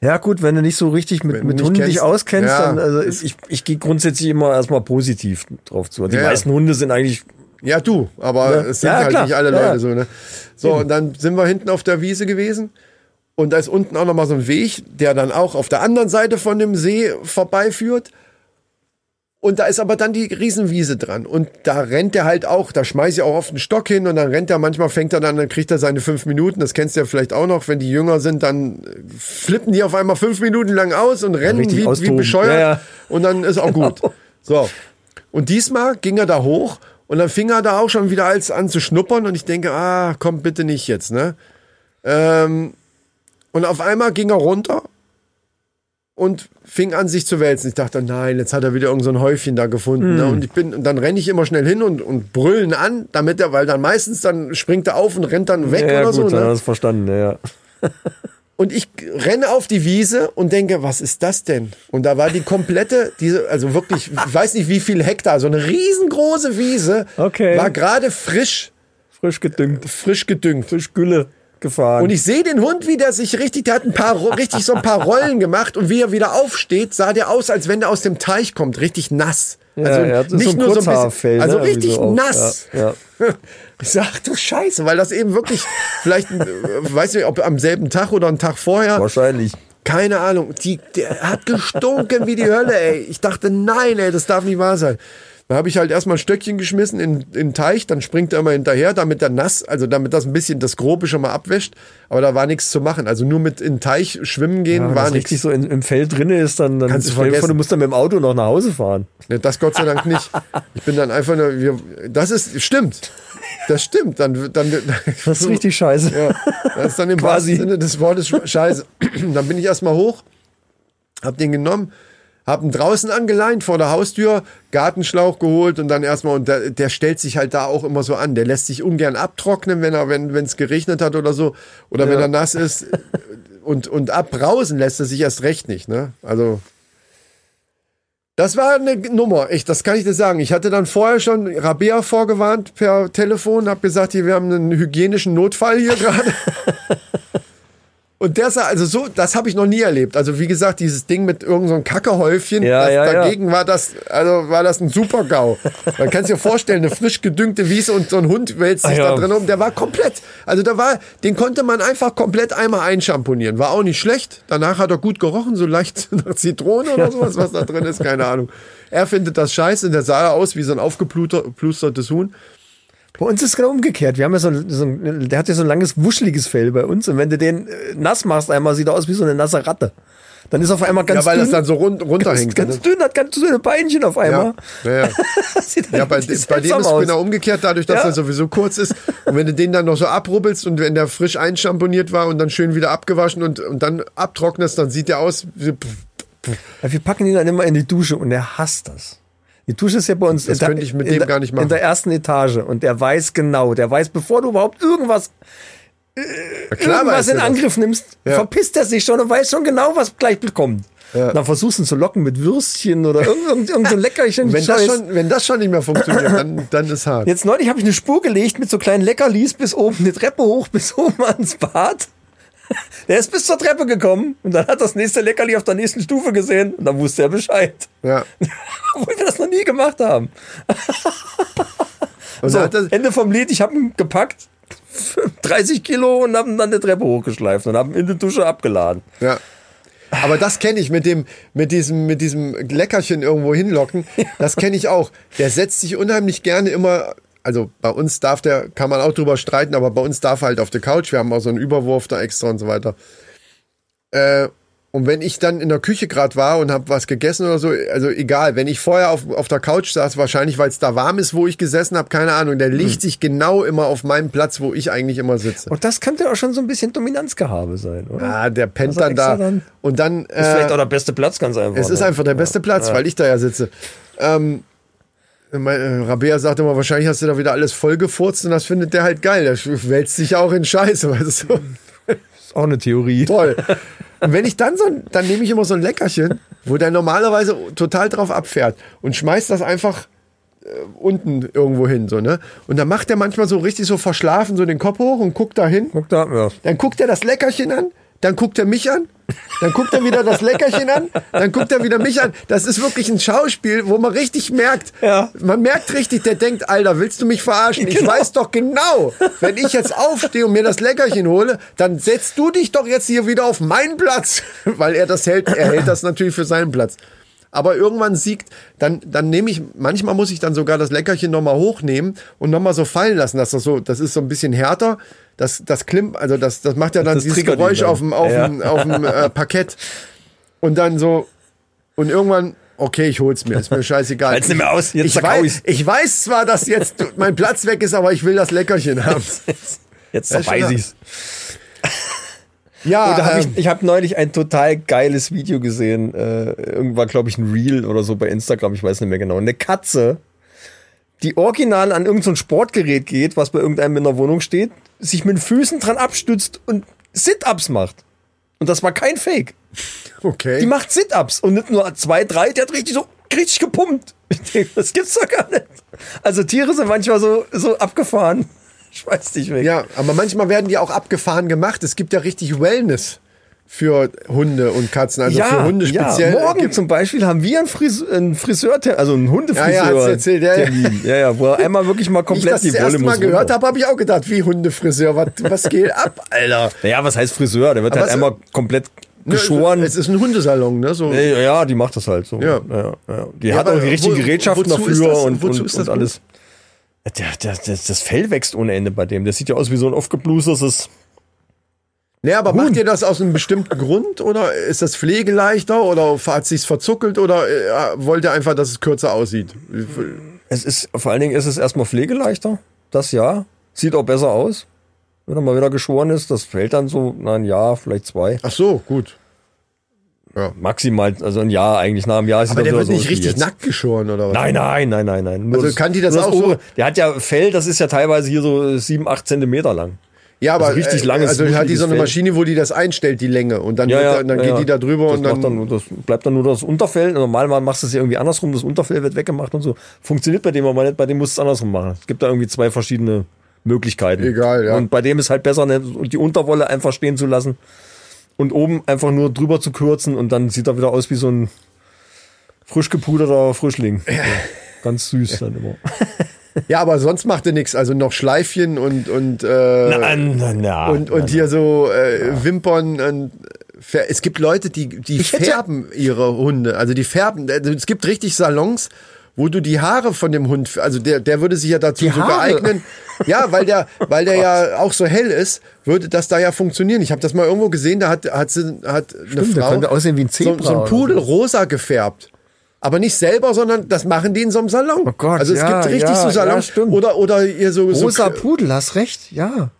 Ja, gut, wenn du nicht so richtig mit, du mit nicht Hunden dich kennst. auskennst, Ja. dann, also ich, ich gehe grundsätzlich immer erstmal positiv drauf zu. Die Ja, ja. meisten Hunde sind eigentlich, Ja, du, aber Ja. es sind Ne? Ja, halt klar. nicht alle Ja, Leute ja. so, ne? So, und dann sind wir hinten auf der Wiese gewesen und da ist unten auch nochmal so ein Weg, der dann auch auf der anderen Seite von dem See vorbeiführt. Und da ist aber dann die Riesenwiese dran. Und da rennt er halt auch, da schmeißt ich auch oft einen Stock hin und dann rennt er, manchmal fängt er dann, dann kriegt er seine fünf Minuten. Das kennst du ja vielleicht auch noch, wenn die jünger sind, dann äh, flippen die auf einmal fünf Minuten lang aus und rennen richtig wie, wie austoben. bescheuert. Ja, Genau. ja. Und dann ist auch gut. So. Und diesmal ging er da hoch und dann fing er da auch schon wieder als an zu schnuppern und ich denke, ah, komm bitte nicht jetzt, ne? Ähm, und auf einmal ging er runter und fing an, sich zu wälzen. Ich dachte, nein, jetzt hat er wieder irgend so ein Häufchen da gefunden. Hm. Ne? Und ich bin, und dann renne ich immer schnell hin und, und brüllen an, damit er, weil dann meistens dann springt er auf und rennt dann weg ja, ja, oder gut, so. dann Ne? hast du verstanden, ja, ja. Und ich renne auf die Wiese und denke, was ist das denn? Und da war die komplette, diese, also wirklich, ich weiß nicht wie viel Hektar, so eine riesengroße Wiese, Okay. war gerade frisch, Frisch gedüngt, frisch gedüngt. frisch Gülle gefahren. Und ich sehe den Hund, wie der sich richtig, der hat ein paar, Ro- richtig so ein paar Rollen gemacht und wie er wieder aufsteht, sah der aus, als wenn der aus dem Teich kommt, richtig nass. Also ja, das ist nicht ein nur so ein Kurzhaarfell, bisschen, ne, also irgendwie richtig so auch, nass. ja, ja. Ich sag, ach du Scheiße, weil das eben wirklich, vielleicht, äh, weiß nicht, ob am selben Tag oder einen Tag vorher, Wahrscheinlich. keine Ahnung, die, der hat gestunken wie die Hölle, ey. Ich dachte, nein, ey, das darf nicht wahr sein. Da habe ich halt erstmal ein Stöckchen geschmissen in, in den Teich, dann springt er immer hinterher, damit er nass, also damit das ein bisschen das Grobe schon mal abwäscht. Aber da war nichts zu machen. Also nur mit in den Teich schwimmen gehen Wenn war das nichts. richtig so in, im Feld drin ist, dann, dann Kannst du stell dir vergessen. du musst dann mit dem Auto noch nach Hause fahren. Ne, das Gott sei Dank nicht. Ich bin dann einfach nur, wir, das ist, stimmt. Das stimmt. Dann, dann, Das ist richtig scheiße. Ja, das ist dann im Quasi. wahrsten Sinne des Wortes sch- scheiße. dann bin ich erstmal hoch, hab den genommen, hab ihn draußen angeleint vor der Haustür, Gartenschlauch geholt und dann erstmal, und der, der stellt sich halt da auch immer so an. Der lässt sich ungern abtrocknen, wenn er, wenn es geregnet hat oder so. Oder wenn er nass ist. Und, und abbrausen lässt er sich erst recht nicht, ne? Also. Das war eine Nummer, ich, das kann ich dir sagen. Ich hatte dann vorher schon Rabea vorgewarnt per Telefon, hab gesagt, hier, wir haben einen hygienischen Notfall hier gerade. Und der sah, also so, das habe ich noch nie erlebt. Also wie gesagt, dieses Ding mit irgendeinem so einem Kackehäufchen, Ja, das, ja, ja. dagegen war das, also war das ein super GAU. Man kann sich ja vorstellen, eine frisch gedüngte Wiese und so ein Hund wälzt sich Ah, ja. da drin um. Der war komplett, also da war, den konnte man einfach komplett einmal einschamponieren. War auch nicht schlecht. Danach hat er gut gerochen, so leicht nach Zitrone oder sowas, was da drin ist, keine Ahnung. Er findet das scheiße und der sah aus wie so ein aufgeplustertes Huhn. Bei uns ist es genau umgekehrt. Wir haben ja so ein, so ein, der hat ja so ein langes, wuscheliges Fell bei uns. Und wenn du den äh, nass machst, einmal sieht er aus wie so eine nasse Ratte. Dann ist auf einmal ganz Ja, weil dünn, das dann so rund, ganz, runterhängt. ganz dünn, hat ganz dünne Beinchen auf einmal. ja, ja, ja. Das sieht Ja, bei, irgendwie de- bei dem seltsam ist es aus. genau umgekehrt, dadurch, dass Ja. er sowieso kurz ist. Und wenn du den dann noch so abrubbelst und wenn der frisch einschamponiert war und dann schön wieder abgewaschen und, und dann abtrocknest, dann sieht der aus. wie- Ja, wir packen ihn dann immer in die Dusche und er hasst das. Die Dusche ist ja bei uns. Das in der- könnte ich mit in dem der- gar nicht machen. In der ersten Etage und er weiß genau, der weiß, bevor du überhaupt irgendwas, Na klar irgendwas weiß in der das. Angriff nimmst, Ja. verpisst er sich schon und weiß schon genau, was gleich bekommt. Ja. Dann versuchst du ihn zu locken mit Würstchen oder irgend, irgend, irgend so ein Leckerchen. Wenn das, Scheiß. schon, wenn das schon nicht mehr funktioniert, dann, dann ist hart. Jetzt neulich habe ich eine Spur gelegt mit so kleinen Leckerlis bis oben, eine Treppe hoch bis oben ans Bad. Der ist bis zur Treppe gekommen und dann hat das nächste Leckerli auf der nächsten Stufe gesehen und dann wusste er Bescheid. Ja. Obwohl wir das noch nie gemacht haben. Und So, dann hat er, Ende vom Lied, ich habe ihn gepackt, 30 Kilo und habe ihn dann eine Treppe hochgeschleift und habe ihn in die Dusche abgeladen. ja. Aber das kenne ich mit dem, mit diesem, mit diesem Leckerchen irgendwo hinlocken. Das kenne ich auch. Der setzt sich unheimlich gerne immer. Also bei uns darf der, kann man auch drüber streiten, aber bei uns darf er halt auf der Couch. Wir haben auch so einen Überwurf da extra und so weiter. Äh, und wenn ich dann in der Küche gerade war und habe was gegessen oder so, also egal, wenn ich vorher auf, auf der Couch saß, wahrscheinlich weil es da warm ist, wo ich gesessen habe, keine Ahnung, der legt sich genau immer auf meinem Platz, wo ich eigentlich immer sitze. Hm. Und das könnte auch schon so ein bisschen Dominanzgehabe sein, oder? Ah, der pennt Also dann da. extra dann- Und dann. Ist Äh, vielleicht auch der beste Platz ganz einfach. es ist ne? einfach der beste Platz, weil ich da ja sitze. Ähm, mein, äh, Rabea sagt immer, wahrscheinlich hast du da wieder alles vollgefurzt und das findet der halt geil. Der sch- wälzt sich ja auch in Scheiße. Weißt du? Ist auch eine Theorie. Toll. Und wenn ich dann so ein, dann nehme ich immer so ein Leckerchen, wo der normalerweise total drauf abfährt und schmeißt das einfach äh, unten irgendwo hin, so, ne? Und dann macht der manchmal so richtig so verschlafen, so den Kopf hoch und guckt da hin. Guck da, ja. Dann guckt er das Leckerchen an, dann guckt er mich an, dann guckt er wieder das Leckerchen an, dann guckt er wieder mich an. Das ist wirklich ein Schauspiel, wo man richtig merkt, Ja. man merkt richtig, der denkt, Alter, willst du mich verarschen? Ich Genau. weiß doch genau, wenn ich jetzt aufstehe und mir das Leckerchen hole, dann setzt du dich doch jetzt hier wieder auf meinen Platz, weil er das hält, er hält das natürlich für seinen Platz. Aber irgendwann siegt, dann, dann nehme ich, manchmal muss ich dann sogar das Leckerchen nochmal hochnehmen und nochmal so fallen lassen, dass das so, das ist so ein bisschen härter. Das, das klimmt, also das, das macht ja dann Das dieses triggert ihn Geräusch dann. auf dem, auf Ja. dem, auf dem äh, Parkett. Und dann so, und irgendwann, okay, ich hol's mir, ist mir scheißegal. Halt's nicht mehr aus, jetzt ich, verkau weiß, ich's. ich weiß zwar, dass jetzt mein Platz weg ist, aber ich will das Leckerchen haben. Jetzt Das ist schon- weiß ich's. Ja, Oder hab ähm, ich ich habe neulich ein total geiles Video gesehen. Äh, irgendwann, glaube ich, ein Reel oder so bei Instagram, ich weiß nicht mehr genau. Eine Katze, die original an irgendein so ein Sportgerät geht, was bei irgendeinem in der Wohnung steht, sich mit den Füßen dran abstützt und Sit-Ups macht. Und das war kein Fake. okay. Die macht Sit-Ups und nicht nur zwei, drei, die hat richtig so richtig gepumpt. Ich denk, das gibt's doch gar nicht. Also Tiere sind manchmal so, so abgefahren. Schmeiß dich weg. Ja, aber manchmal werden die auch abgefahren gemacht. Es gibt ja richtig Wellness für Hunde und Katzen, also für Hunde speziell. Ja. Morgen Gibt- zum Beispiel haben wir einen, Fris einen Friseur, also einen Hundefriseur. Ja, ja, hat's erzählt, ja, ja. Termin. ja, ja, wo er einmal wirklich mal Wie ich komplett das, die das erste Wolle Mal muss. gehört habe, habe ich auch gedacht, wie Hundefriseur, was, was geht ab, Alter? Naja, was heißt Friseur? Der wird Aber halt so- einmal komplett geschoren. Es ist ein Hundesalon, ne? So. Ja, ja, ja, die macht das halt so. Ja. Ja, ja. Die Ja, hat auch aber die richtigen wo- Gerätschaften wozu dafür ist das- und, wozu und, ist das und alles. Der, der, das- das Fell wächst ohne Ende bei dem. Das sieht ja aus wie so ein aufgeblustertes. Nee, aber macht ihr das aus einem bestimmten Grund oder ist das pflegeleichter oder hat sich's verzuckelt oder äh, wollt ihr einfach, dass es kürzer aussieht? Es ist, vor allen Dingen ist es erstmal pflegeleichter. Das ja. Sieht auch besser aus. Wenn er mal wieder geschoren ist, das fällt dann so na, ein Jahr, vielleicht zwei. Ach so, gut. Maximal, also ein Jahr eigentlich. Nach einem Jahr ist Aber er der wieder wird so aus nicht wie richtig jetzt. nackt geschoren oder was? Nein, nein, nein, nein, nein. Nur Also kann die das nur auch so- obere. Der hat ja Fell, das ist ja teilweise hier so sieben, acht Zentimeter lang. Ja, aber Also richtig äh, langes, Also hat die so eine muckeliges Maschine, wo die das einstellt, die Länge. Und dann, Ja, wird ja, da, dann ja, geht ja. die da drüber das und dann. macht nur, das bleibt dann nur das Unterfell. Normal machst du es ja irgendwie andersrum, das Unterfell wird weggemacht und so. Funktioniert bei dem aber nicht, bei dem musst du es andersrum machen. Es gibt da irgendwie zwei verschiedene Möglichkeiten. Egal, ja. Und bei dem ist halt besser, ne, und die Unterwolle einfach stehen zu lassen und oben einfach nur drüber zu kürzen und dann sieht er wieder aus wie so ein frisch gepuderter Frischling. Ja. Ganz süß dann immer. ja, aber sonst macht er nichts. Also noch Schleifchen und und äh, na, na, und, und hier so äh, Wimpern und Fer- es gibt Leute, die, die hätte- färben ihre Hunde. Also die färben. Also es gibt richtig Salons, wo du die Haare von dem Hund, f- also der, der würde sich ja dazu sogar Haare? Oh eignen. Ja, weil der, weil der ja auch so hell ist, würde das da ja funktionieren. Ich habe das mal irgendwo gesehen, da hat, hat, sie, hat eine der Frau könnte aussehen wie ein Zebra so, so ein oder Pudel rosa gefärbt. Aber nicht selber, sondern das machen die in so einem Salon. Oh Gott, also es ja, gibt richtig ja, so ja, Salons stimmt. oder oder ihr so Rosa so, Pudel, hast recht, ja.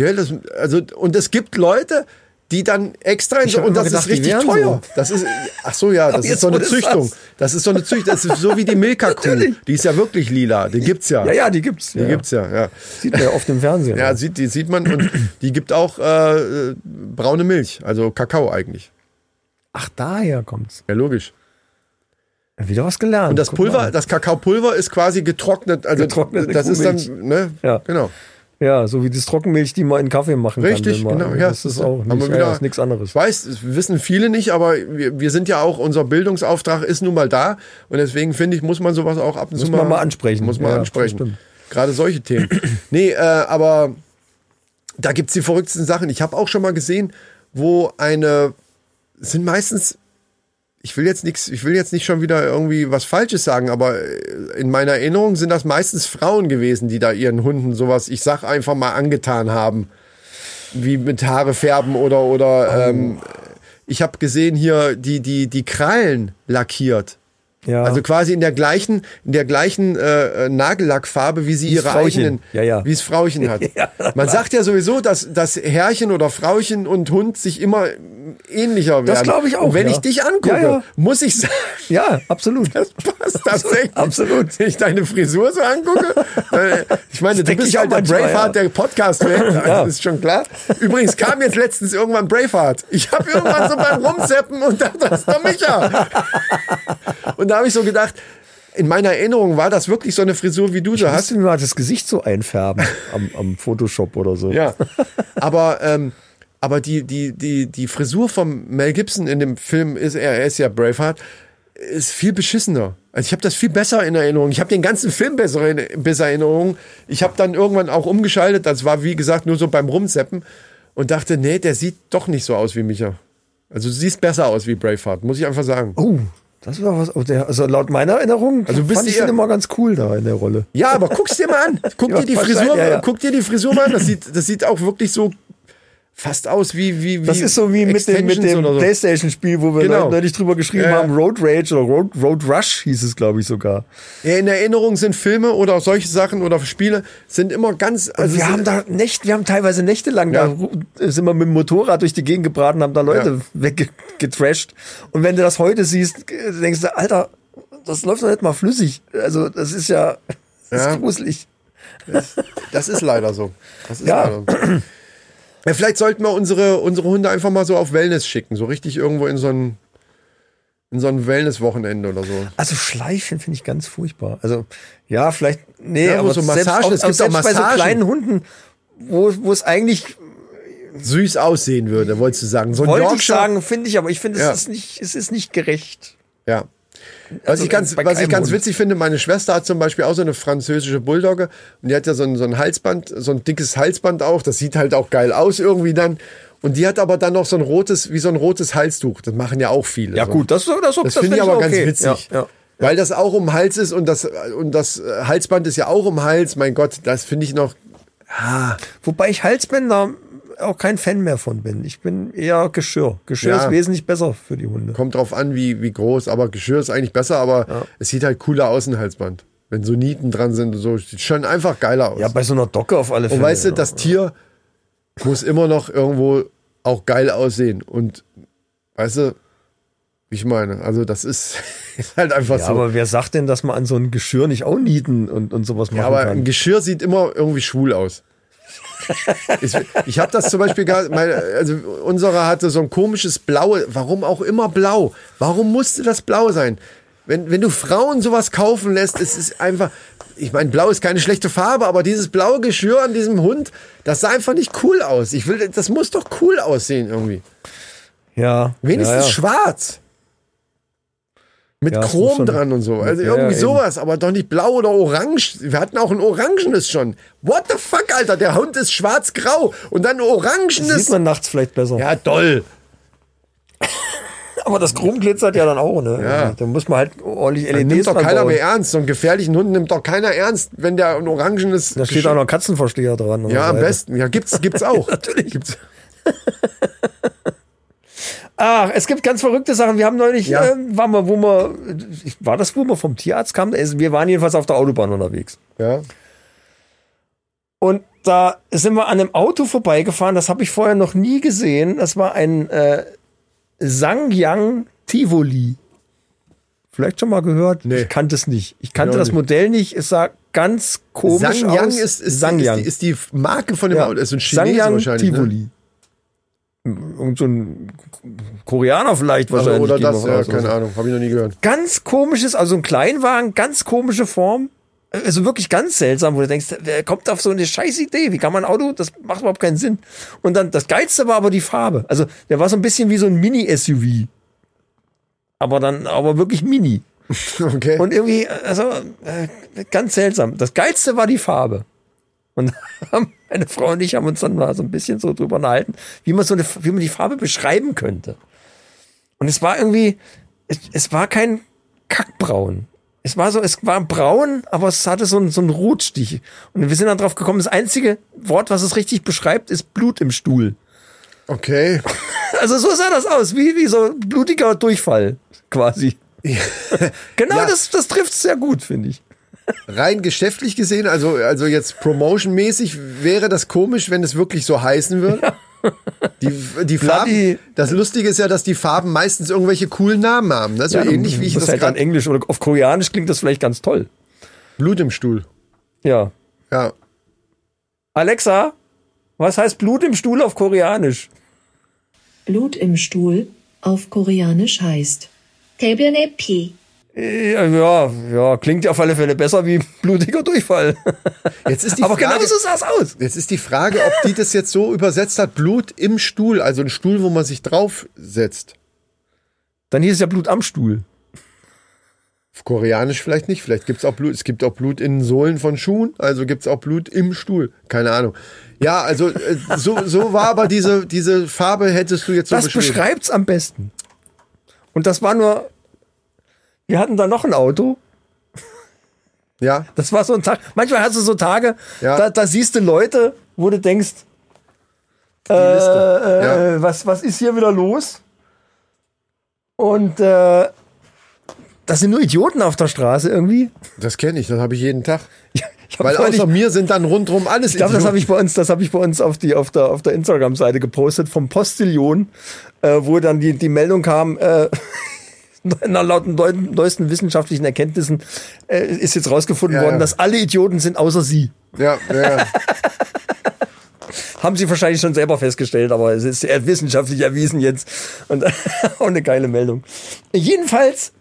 ja, das, also, und es gibt Leute, die dann extra, in so, hab und das immer gedacht, ist die richtig wären teuer. Das ist, ach so, ja, das ist Aber so jetzt, eine wo du Züchtung. sagst. Das ist so eine Züchtung. Das ist so wie die Milka-Kuh. Die ist ja wirklich lila. Die gibt's ja. Ja, ja, die gibt's. Die gibt's ja, ja. Sieht man ja oft im Fernsehen. Ja, sieht, die sieht man und die gibt auch äh, äh, braune Milch, also Kakao eigentlich. Ach, daher kommt's. Ja, logisch. Wieder was gelernt. Und das Guck mal Pulver, an. das Kakaopulver ist quasi getrocknet. Also Getrocknete das ist Kuhmilch. dann, ne? Ja. Genau. Ja, so wie das Trockenmilch, die man in Kaffee machen Richtig, kann. wenn man- genau. Ja, Das ist auch Haben nicht, wir ja, ja, ist nichts anderes. Ich weiß, es wissen viele nicht, aber wir, wir sind ja auch, unser Bildungsauftrag ist nun mal da. Und deswegen finde ich, muss man sowas auch ab und zu Muss man mal ansprechen. Muss man Ja, ansprechen. stimmt. Gerade solche Themen. nee, äh, aber da gibt es die verrücktesten Sachen. Ich habe auch schon mal gesehen, wo eine, es sind meistens, ich will jetzt nichts, ich will jetzt nicht schon wieder irgendwie was Falsches sagen, aber äh, in meiner Erinnerung sind das meistens Frauen gewesen, die da ihren Hunden sowas, ich sag einfach mal, angetan haben. Wie mit Haare färben oder, oder ähm, ich habe gesehen hier die, die, die Krallen lackiert. Ja. Also quasi in der gleichen, in der gleichen äh, äh, Nagellackfarbe, wie sie Wie's ihre Frauchen. eigenen, Ja, ja. wie es Frauchen hat. Man sagt ja sowieso, dass, dass Herrchen oder Frauchen und Hund sich immer ähnlicher werden. Das glaub ich auch, Und wenn ja. ich dich angucke, Ja, ja. muss ich sagen, ja, absolut. das passt tatsächlich. Absolut. Wenn ich deine Frisur so angucke, äh, ich meine, du denk bist ich halt auch der manchmal, Braveheart ja. der Podcast-Welt. Also, Ja. Das ist schon klar. Übrigens kam jetzt letztens irgendwann Braveheart. Ich habe irgendwann so beim Rumseppen und dachte, das ist doch Micha. Und da habe ich so gedacht, in meiner Erinnerung war das wirklich so eine Frisur, wie du so hast. Hast du mir mal das Gesicht so einfärben am, am Photoshop oder so? Ja. Aber, ähm, aber die, die, die, die Frisur von Mel Gibson in dem Film, ist, er ist ja Braveheart, ist viel beschissener. Also ich habe das viel besser in Erinnerung. Ich habe den ganzen Film besser in, besser in Erinnerung. Ich habe dann irgendwann auch umgeschaltet. Das war, wie gesagt, nur so beim Rumseppen. Und dachte, nee, der sieht doch nicht so aus wie Micha. Also du siehst besser aus wie Braveheart, muss ich einfach sagen. Oh, das war was. oh, der- Also laut meiner Erinnerung also bist fand ich eher- den immer ganz cool da in der Rolle. Ja, aber guck's dir mal an. Guck Ja, dir die wahrscheinlich, Frisur, ja, ja. guck dir die Frisur mal an. Das sieht, das sieht auch wirklich so fast aus wie, wie, wie Das ist so wie mit dem, mit Extensions dem oder so. Playstation-Spiel, wo wir Genau. neulich drüber geschrieben Ja, ja. haben, Road Rage oder Road, Road Rush hieß es, glaube ich, sogar. Ja, in Erinnerung sind Filme oder solche Sachen oder Spiele sind immer ganz. Also wir sind- haben da Nächte, wir haben teilweise nächtelang Ja. da ru- sind wir mit dem Motorrad durch die Gegend gebraten, haben da Leute Ja. weggetrasht. Und wenn du das heute siehst, äh, denkst du, Alter, das läuft doch nicht mal flüssig. Also das ist ja, das Ja. ist gruselig. das ist leider so. Das ist Ja. leider so. Ja, vielleicht sollten wir unsere, unsere Hunde einfach mal so auf Wellness schicken, so richtig irgendwo in so ein, in so ein Wellness-Wochenende oder so. Also Schleifen finde ich ganz furchtbar. Also ja, vielleicht nee, Ja, wo aber so selbst, Massagen, auch, es gibt auch selbst auch bei so Massagen. kleinen Hunden, wo wo es eigentlich Süß aussehen würde, wolltest du sagen. So ein wollte ich Yorkshire- sagen, finde ich, aber ich finde es Ja. ist nicht es ist nicht gerecht. Ja. Was Also ich ganz, bei was ich keinem ganz Hund. witzig finde, meine Schwester hat zum Beispiel auch so eine französische Bulldogge und die hat ja so ein, so ein Halsband, so ein dickes Halsband auch. Das sieht halt auch geil aus irgendwie dann. Und die hat aber dann noch so ein rotes, wie so ein rotes Halstuch. Das machen ja auch viele. Ja, so. gut, das, das, Das, finde ich ist aber okay. ganz witzig. Ja, ja. Weil das auch um den Hals ist und das, und das äh, Halsband ist ja auch um den Hals. Mein Gott, das finde ich noch. Wobei ich Halsbänder auch kein Fan mehr von bin. Ich bin eher Geschirr. Geschirr Ja. ist wesentlich besser für die Hunde. Kommt drauf an, wie, wie groß. Aber Geschirr ist eigentlich besser, aber es sieht halt cooler aus, ein Halsband. Wenn so Nieten dran sind und so, sieht schon einfach geiler aus. Ja, bei so einer Docke auf alle Fälle. und weißt du, ja. das Tier muss immer noch irgendwo auch geil aussehen. Und weißt du, wie ich meine, also das ist halt einfach ja, so. aber wer sagt denn, dass man an so ein Geschirr nicht auch nieten und, und sowas machen Ja, aber ein kann? Geschirr sieht immer irgendwie schwul aus. ich ich habe das zum Beispiel, gar- meine, also unsere hatte so ein komisches Blaue, warum auch immer blau? Warum musste das blau sein? Wenn, wenn du Frauen sowas kaufen lässt, es ist einfach, ich meine, blau ist keine schlechte Farbe, aber dieses blaue Geschirr an diesem Hund, das sah einfach nicht cool aus. Ich will, das muss doch cool aussehen irgendwie. Ja. Wenigstens ja, ja. schwarz. Mit Ja, es muss Chrom schon- dran und so. Also Ja, irgendwie ja, eben. sowas, aber doch nicht blau oder orange. Wir hatten auch ein orangenes schon. What the fuck, Alter? Der Hund ist schwarz-grau und dann ein Sieht orangenes. man nachts vielleicht besser. Ja, doll. Aber das Chrom glitzert ja dann auch, ne? Ja. Da muss man halt ordentlich Den LEDs nimmt doch dran keiner bauen. mehr ernst. So einen gefährlichen Hund nimmt doch keiner ernst, wenn der ein orangenes. Da steht auch noch ein Katzenversteher dran. an der ja, am Seite. besten. Ja, gibt's, gibt's auch. Natürlich. Ach, es gibt ganz verrückte Sachen. Wir haben neulich, Ja. ähm, waren wir, wo wir, ich- war das, wo wir vom Tierarzt kamen? Also Wir waren jedenfalls auf der Autobahn unterwegs. Ja. Und da sind wir an einem Auto vorbeigefahren, das habe ich vorher noch nie gesehen. Das war ein äh, Sangyang Tivoli. Vielleicht schon mal gehört? Nee. Ich kannte es nicht. Ich kannte Ja, das nicht. Modell nicht. Es sah ganz komisch Sangyang aus. ist, ist, Sangyang. Ist, die, ist die Marke von dem Ja. Auto. Ist so ein Chinese Sangyang wahrscheinlich. Ne? Tivoli. Irgend so ein Koreaner vielleicht Also, wahrscheinlich. oder geht das, noch ja, raus. keine Ahnung. Habe ich noch nie gehört. Ganz komisches, also ein Kleinwagen, ganz komische Form. Also wirklich ganz seltsam, wo du denkst, wer kommt auf so eine scheiß Idee? Wie kann man ein Auto? Das macht überhaupt keinen Sinn. Und dann, das Geilste war aber die Farbe. Also, der war so ein bisschen wie so ein Mini-SUV. Aber dann, aber wirklich Mini. Okay. Und irgendwie, also äh, ganz seltsam. Das Geilste war die Farbe. Und haben- meine Frau und ich haben uns dann mal so ein bisschen so drüber unterhalten, wie man so eine, wie man die Farbe beschreiben könnte. Und es war irgendwie, es, es war kein Kackbraun. Es war so, es war braun, aber es hatte so einen, so einen Rotstich. Und wir sind dann drauf gekommen, das einzige Wort, was es richtig beschreibt, ist Blut im Stuhl. okay. Also so sah das aus, wie, wie so blutiger Durchfall quasi. genau Ja. das, das trifft sehr gut, finde ich. rein geschäftlich gesehen, also, also jetzt promotionmäßig, wäre das komisch, wenn es wirklich so heißen würde. Die, die Farben, Bloody- das Lustige ist ja, dass die Farben meistens irgendwelche coolen Namen haben. Ne? So Ja, ähnlich wie ich das das halt an gerade. Englisch oder auf Koreanisch klingt das vielleicht ganz toll. Blut im Stuhl. Ja. Ja. Alexa, was heißt Blut im Stuhl auf Koreanisch? Blut im Stuhl auf Koreanisch heißt 대변의 피, Äh, Ja, ja, klingt auf alle Fälle besser wie blutiger Durchfall. Jetzt ist die Aber Frage, genau so sah es aus. jetzt ist die Frage, ob die das jetzt so übersetzt hat, Blut im Stuhl, also ein Stuhl, wo man sich draufsetzt. Dann hieß es ja Blut am Stuhl. Auf Koreanisch vielleicht nicht, vielleicht gibt es auch Blut, es gibt auch Blut in Sohlen von Schuhen, also gibt es auch Blut im Stuhl, keine Ahnung. Ja, also äh, so, so war aber diese, diese Farbe hättest du jetzt so Das beschrieben. beschreibt's am besten. Und das war nur. Wir hatten da noch ein Auto. Ja, Das war so ein Tag. Manchmal hast du so Tage, Ja. da, da siehst du Leute, wo du denkst, die Liste. äh, Ja. äh, was, was ist hier wieder los? Und äh, das sind nur Idioten auf der Straße irgendwie. Das kenne ich, das habe ich jeden Tag. Ich, ich hab Weil neulich- außer mir sind dann rundrum alles ich glaube, das Idioten. habe ich bei uns, das habe ich bei uns auf die auf der auf der Instagram-Seite gepostet vom Postillion, äh, wo dann die die Meldung kam. Äh, nach lauten neu- neuesten wissenschaftlichen Erkenntnissen äh, ist jetzt rausgefunden Ja, worden, ja. dass alle Idioten sind außer sie. Ja, ja, ja. Haben sie wahrscheinlich schon selber festgestellt, aber es ist eher wissenschaftlich erwiesen jetzt. Und auch eine geile Meldung. Jedenfalls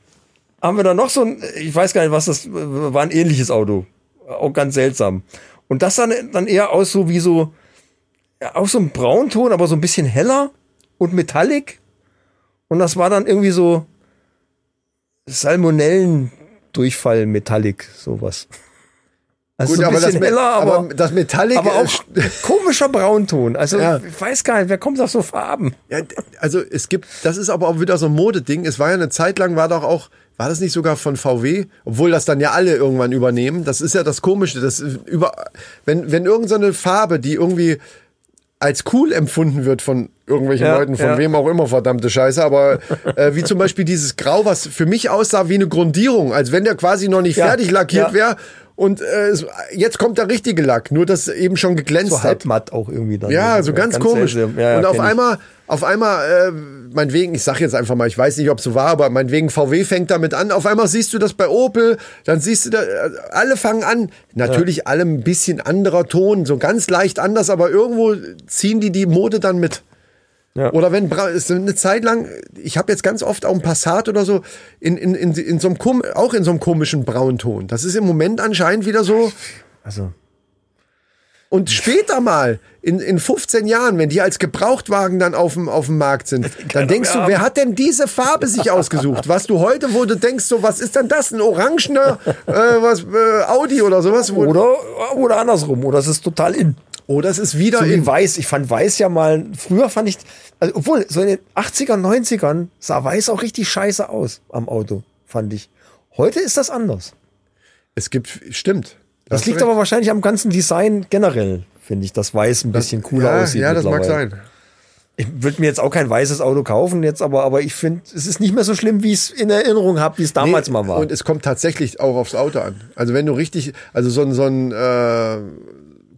haben wir da noch so ein, ich weiß gar nicht, was das war, ein ähnliches Auto. Auch ganz seltsam. Und das sah dann eher aus so wie so, ja, auch so ein Braunton, aber so ein bisschen heller und metallic. Und das war dann irgendwie so Salmonellen-Durchfall-Metallic, sowas. Also Gut, so ein aber das bisschen Me- heller, aber, aber das Metallic äh, aber auch ist- komischer Braunton. Also Ja. ich weiß gar nicht, wer kommt auf so Farben? Ja, d- also es gibt, das ist aber auch wieder so ein Modeding. Es war ja eine Zeit lang, war doch auch, war das nicht sogar von VW, obwohl das dann ja alle irgendwann übernehmen. Das ist ja das Komische, das ist über, wenn wenn irgendeine Farbe, die irgendwie als cool empfunden wird von irgendwelchen Ja, Leuten, von ja. wem auch immer, verdammte Scheiße, aber äh, wie zum Beispiel dieses Grau, was für mich aussah wie eine Grundierung, als wenn der quasi noch nicht Ja, fertig lackiert ja. wäre. Und äh, es- jetzt kommt der richtige Lack, nur dass eben schon geglänzt So hat. halbmatt auch irgendwie dann. Ja, so ganz, komisch. seltsam. Ja, ja, und auf kenn ich. einmal, auf einmal, äh, meinetwegen, ich sag jetzt einfach mal, ich weiß nicht, ob so war, aber meinetwegen VW fängt damit an. Auf einmal siehst du das bei Opel, dann siehst du, da, äh, alle fangen an. Natürlich alle ein bisschen anderer Ton, so ganz leicht anders, aber irgendwo ziehen die die Mode dann mit. Ja. Oder wenn Bra- es sind eine Zeit lang, ich habe jetzt ganz oft auch ein Passat oder so, in, in, in, in so einem, kom- auch in so einem komischen Braunton. Das ist im Moment anscheinend wieder so. Also, Und später mal, in, in 15 Jahren, wenn die als Gebrauchtwagen dann auf dem, auf dem Markt sind, dann denkst du, wer hat denn diese Farbe sich ausgesucht? Was du heute, wo du denkst, so, was ist denn das? Ein orangener äh, was, äh, Audi oder sowas? Wo, oder, oder andersrum. Oder es ist total in. oder es ist wieder So wie in. Weiß. Ich fand Weiß ja mal, früher fand ich, also obwohl, so in den 80ern, 90ern sah Weiß auch richtig scheiße aus am Auto, fand ich. Heute ist das anders. Es gibt, stimmt. Das liegt aber wahrscheinlich am ganzen Design generell, finde ich, dass Weiß ein bisschen cooler ja, aussieht. Ja, das mag mittlerweile. sein. Ich würde mir jetzt auch kein weißes Auto kaufen, jetzt, aber, aber ich finde, es ist nicht mehr so schlimm, wie ich es in Erinnerung habe, wie es damals Nee, mal war. Und es kommt tatsächlich auch aufs Auto an. Also wenn du richtig, also so ein, so ein äh,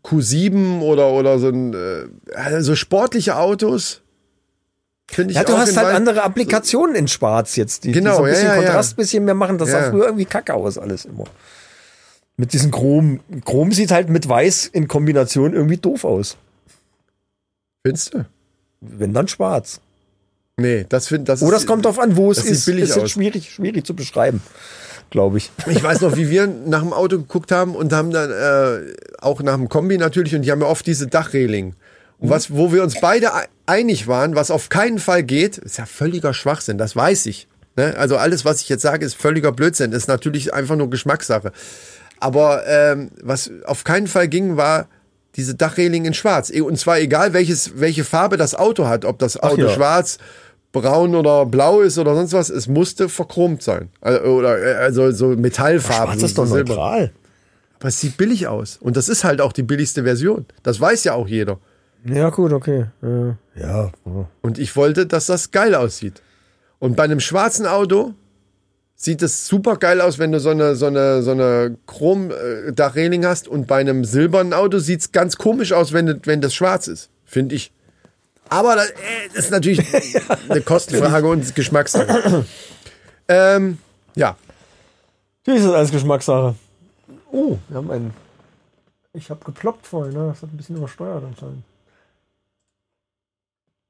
Q7 oder, oder so ein, äh, also sportliche Autos, finde ich ja, du auch hast in halt Weiß- andere Applikationen in Schwarz jetzt, die, Genau, die so ein ja, bisschen ja, ja. Kontrast, bisschen mehr machen. Das Ja. sah früher irgendwie kacke aus, alles immer. Mit diesem Chrom. Chrom sieht halt mit Weiß in Kombination irgendwie doof aus. Findest du? Wenn dann schwarz. Nee, das finde das Oder ist, es Oh, kommt drauf an, wo es das sieht ist. billig ist jetzt aus. schwierig, schwierig zu beschreiben, glaube ich. Ich weiß noch, wie wir nach dem Auto geguckt haben und haben dann äh, auch nach dem Kombi natürlich und die haben ja oft diese Dachreling. Und was, wo wir uns beide ei- einig waren, was auf keinen Fall geht, ist ja völliger Schwachsinn, das weiß ich. Ne? Also alles, was ich jetzt sage, ist völliger Blödsinn, ist natürlich einfach nur Geschmackssache. Aber ähm, was auf keinen Fall ging, war diese Dachreling in Schwarz. E- Und zwar egal, welches, welche Farbe das Auto hat, ob das Auto ja. schwarz, braun oder blau ist oder sonst was, es musste verchromt sein. Also, oder äh, also so Metallfarben. Schwarz ist doch so Silber. neutral. Aber es sieht billig aus. Und das ist halt auch die billigste Version. Das weiß ja auch jeder. Ja, gut, okay. Ja. ja. Und ich wollte, dass das geil aussieht. Und bei einem schwarzen Auto sieht es super geil aus, wenn du so eine, so eine, so eine Chrom-Dachreling hast. Und bei einem silbernen Auto sieht es ganz komisch aus, wenn, wenn das schwarz ist, finde ich. Aber das, äh, das ist natürlich eine Kostenfrage und Geschmackssache. ähm, ja, Natürlich ist das alles Geschmackssache. Oh, wir haben einen. Ich habe geploppt vorhin, ne? Das hat ein bisschen übersteuert anscheinend.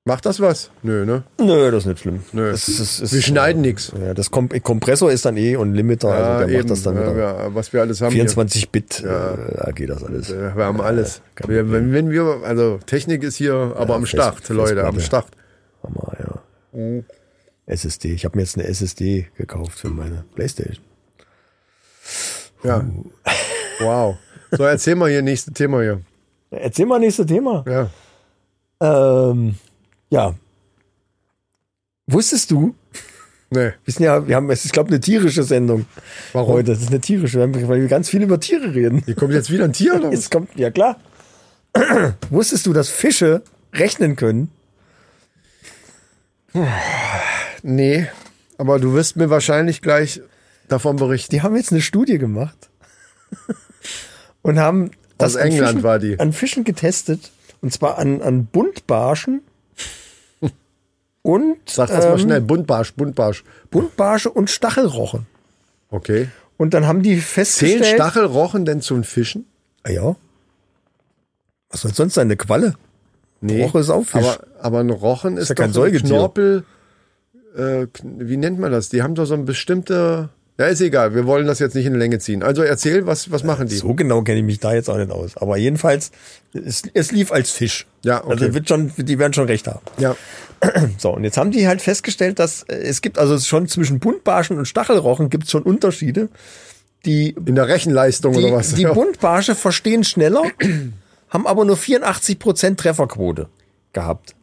macht das was? Nö, ne? Nö, das ist nicht schlimm. Nö. Das ist, das ist, Wir schneiden nichts. Ja, das Kom Kompressor ist dann eh und Limiter, also der macht das dann wieder. ja, was äh, wir alles haben. hier. 24 Bit, äh, da geht das alles. Ja, Wir haben alles. kein Wir, Problem. wenn, wenn wir, also Technik ist hier, aber am Fest- Start, Leute, am Festplatte. Start. Hammer, ja. Mhm. SSD. Ich habe mir jetzt eine SSD gekauft für meine Playstation. Ja. Wow. So, erzähl mal hier, nächste Thema hier. Erzähl mal nächstes Thema. Ja. Ähm, ja. Wusstest du, Nee, wir sind ja, wir haben, es ist, glaube eine tierische Sendung warum? heute. Das ist eine tierische, weil wir ganz viel über Tiere reden. Hier kommt jetzt wieder ein Tier oder was? Jetzt kommt, ja klar. Wusstest du, dass Fische rechnen können? Nee, aber du wirst mir wahrscheinlich gleich davon berichten. Die haben jetzt eine Studie gemacht und haben Aus an England Fischen, war die. an Fischen getestet und zwar an, an Buntbarschen und Sag das mal ähm, schnell. Buntbarsch, Buntbarsch. Buntbarsche und Stachelrochen. Okay. Und dann haben die Zählen festgestellt, Stachelrochen denn zum Fischen? Ah ja. Was soll sonst sein? Eine Qualle? Nee. Roche ist auch Fisch. Aber, aber ein Rochen ist, ja doch kein so ein Säugetier. Knorpel. Äh, kn- wie nennt man das? Die haben doch so ein bestimmte. Ja, ist egal. Wir wollen das jetzt nicht in Länge ziehen. Also erzähl, was, was machen die? So genau kenne ich mich da jetzt auch nicht aus. Aber jedenfalls, es, es lief als Fisch. Ja, okay. Also wird schon, die werden schon recht haben. Ja. So, und jetzt haben die halt festgestellt, dass äh, es gibt also schon zwischen Buntbarschen und Stachelrochen gibt es schon Unterschiede die, In der Rechenleistung die, oder was? die Ja. Buntbarsche verstehen schneller, haben aber nur 84% Trefferquote gehabt.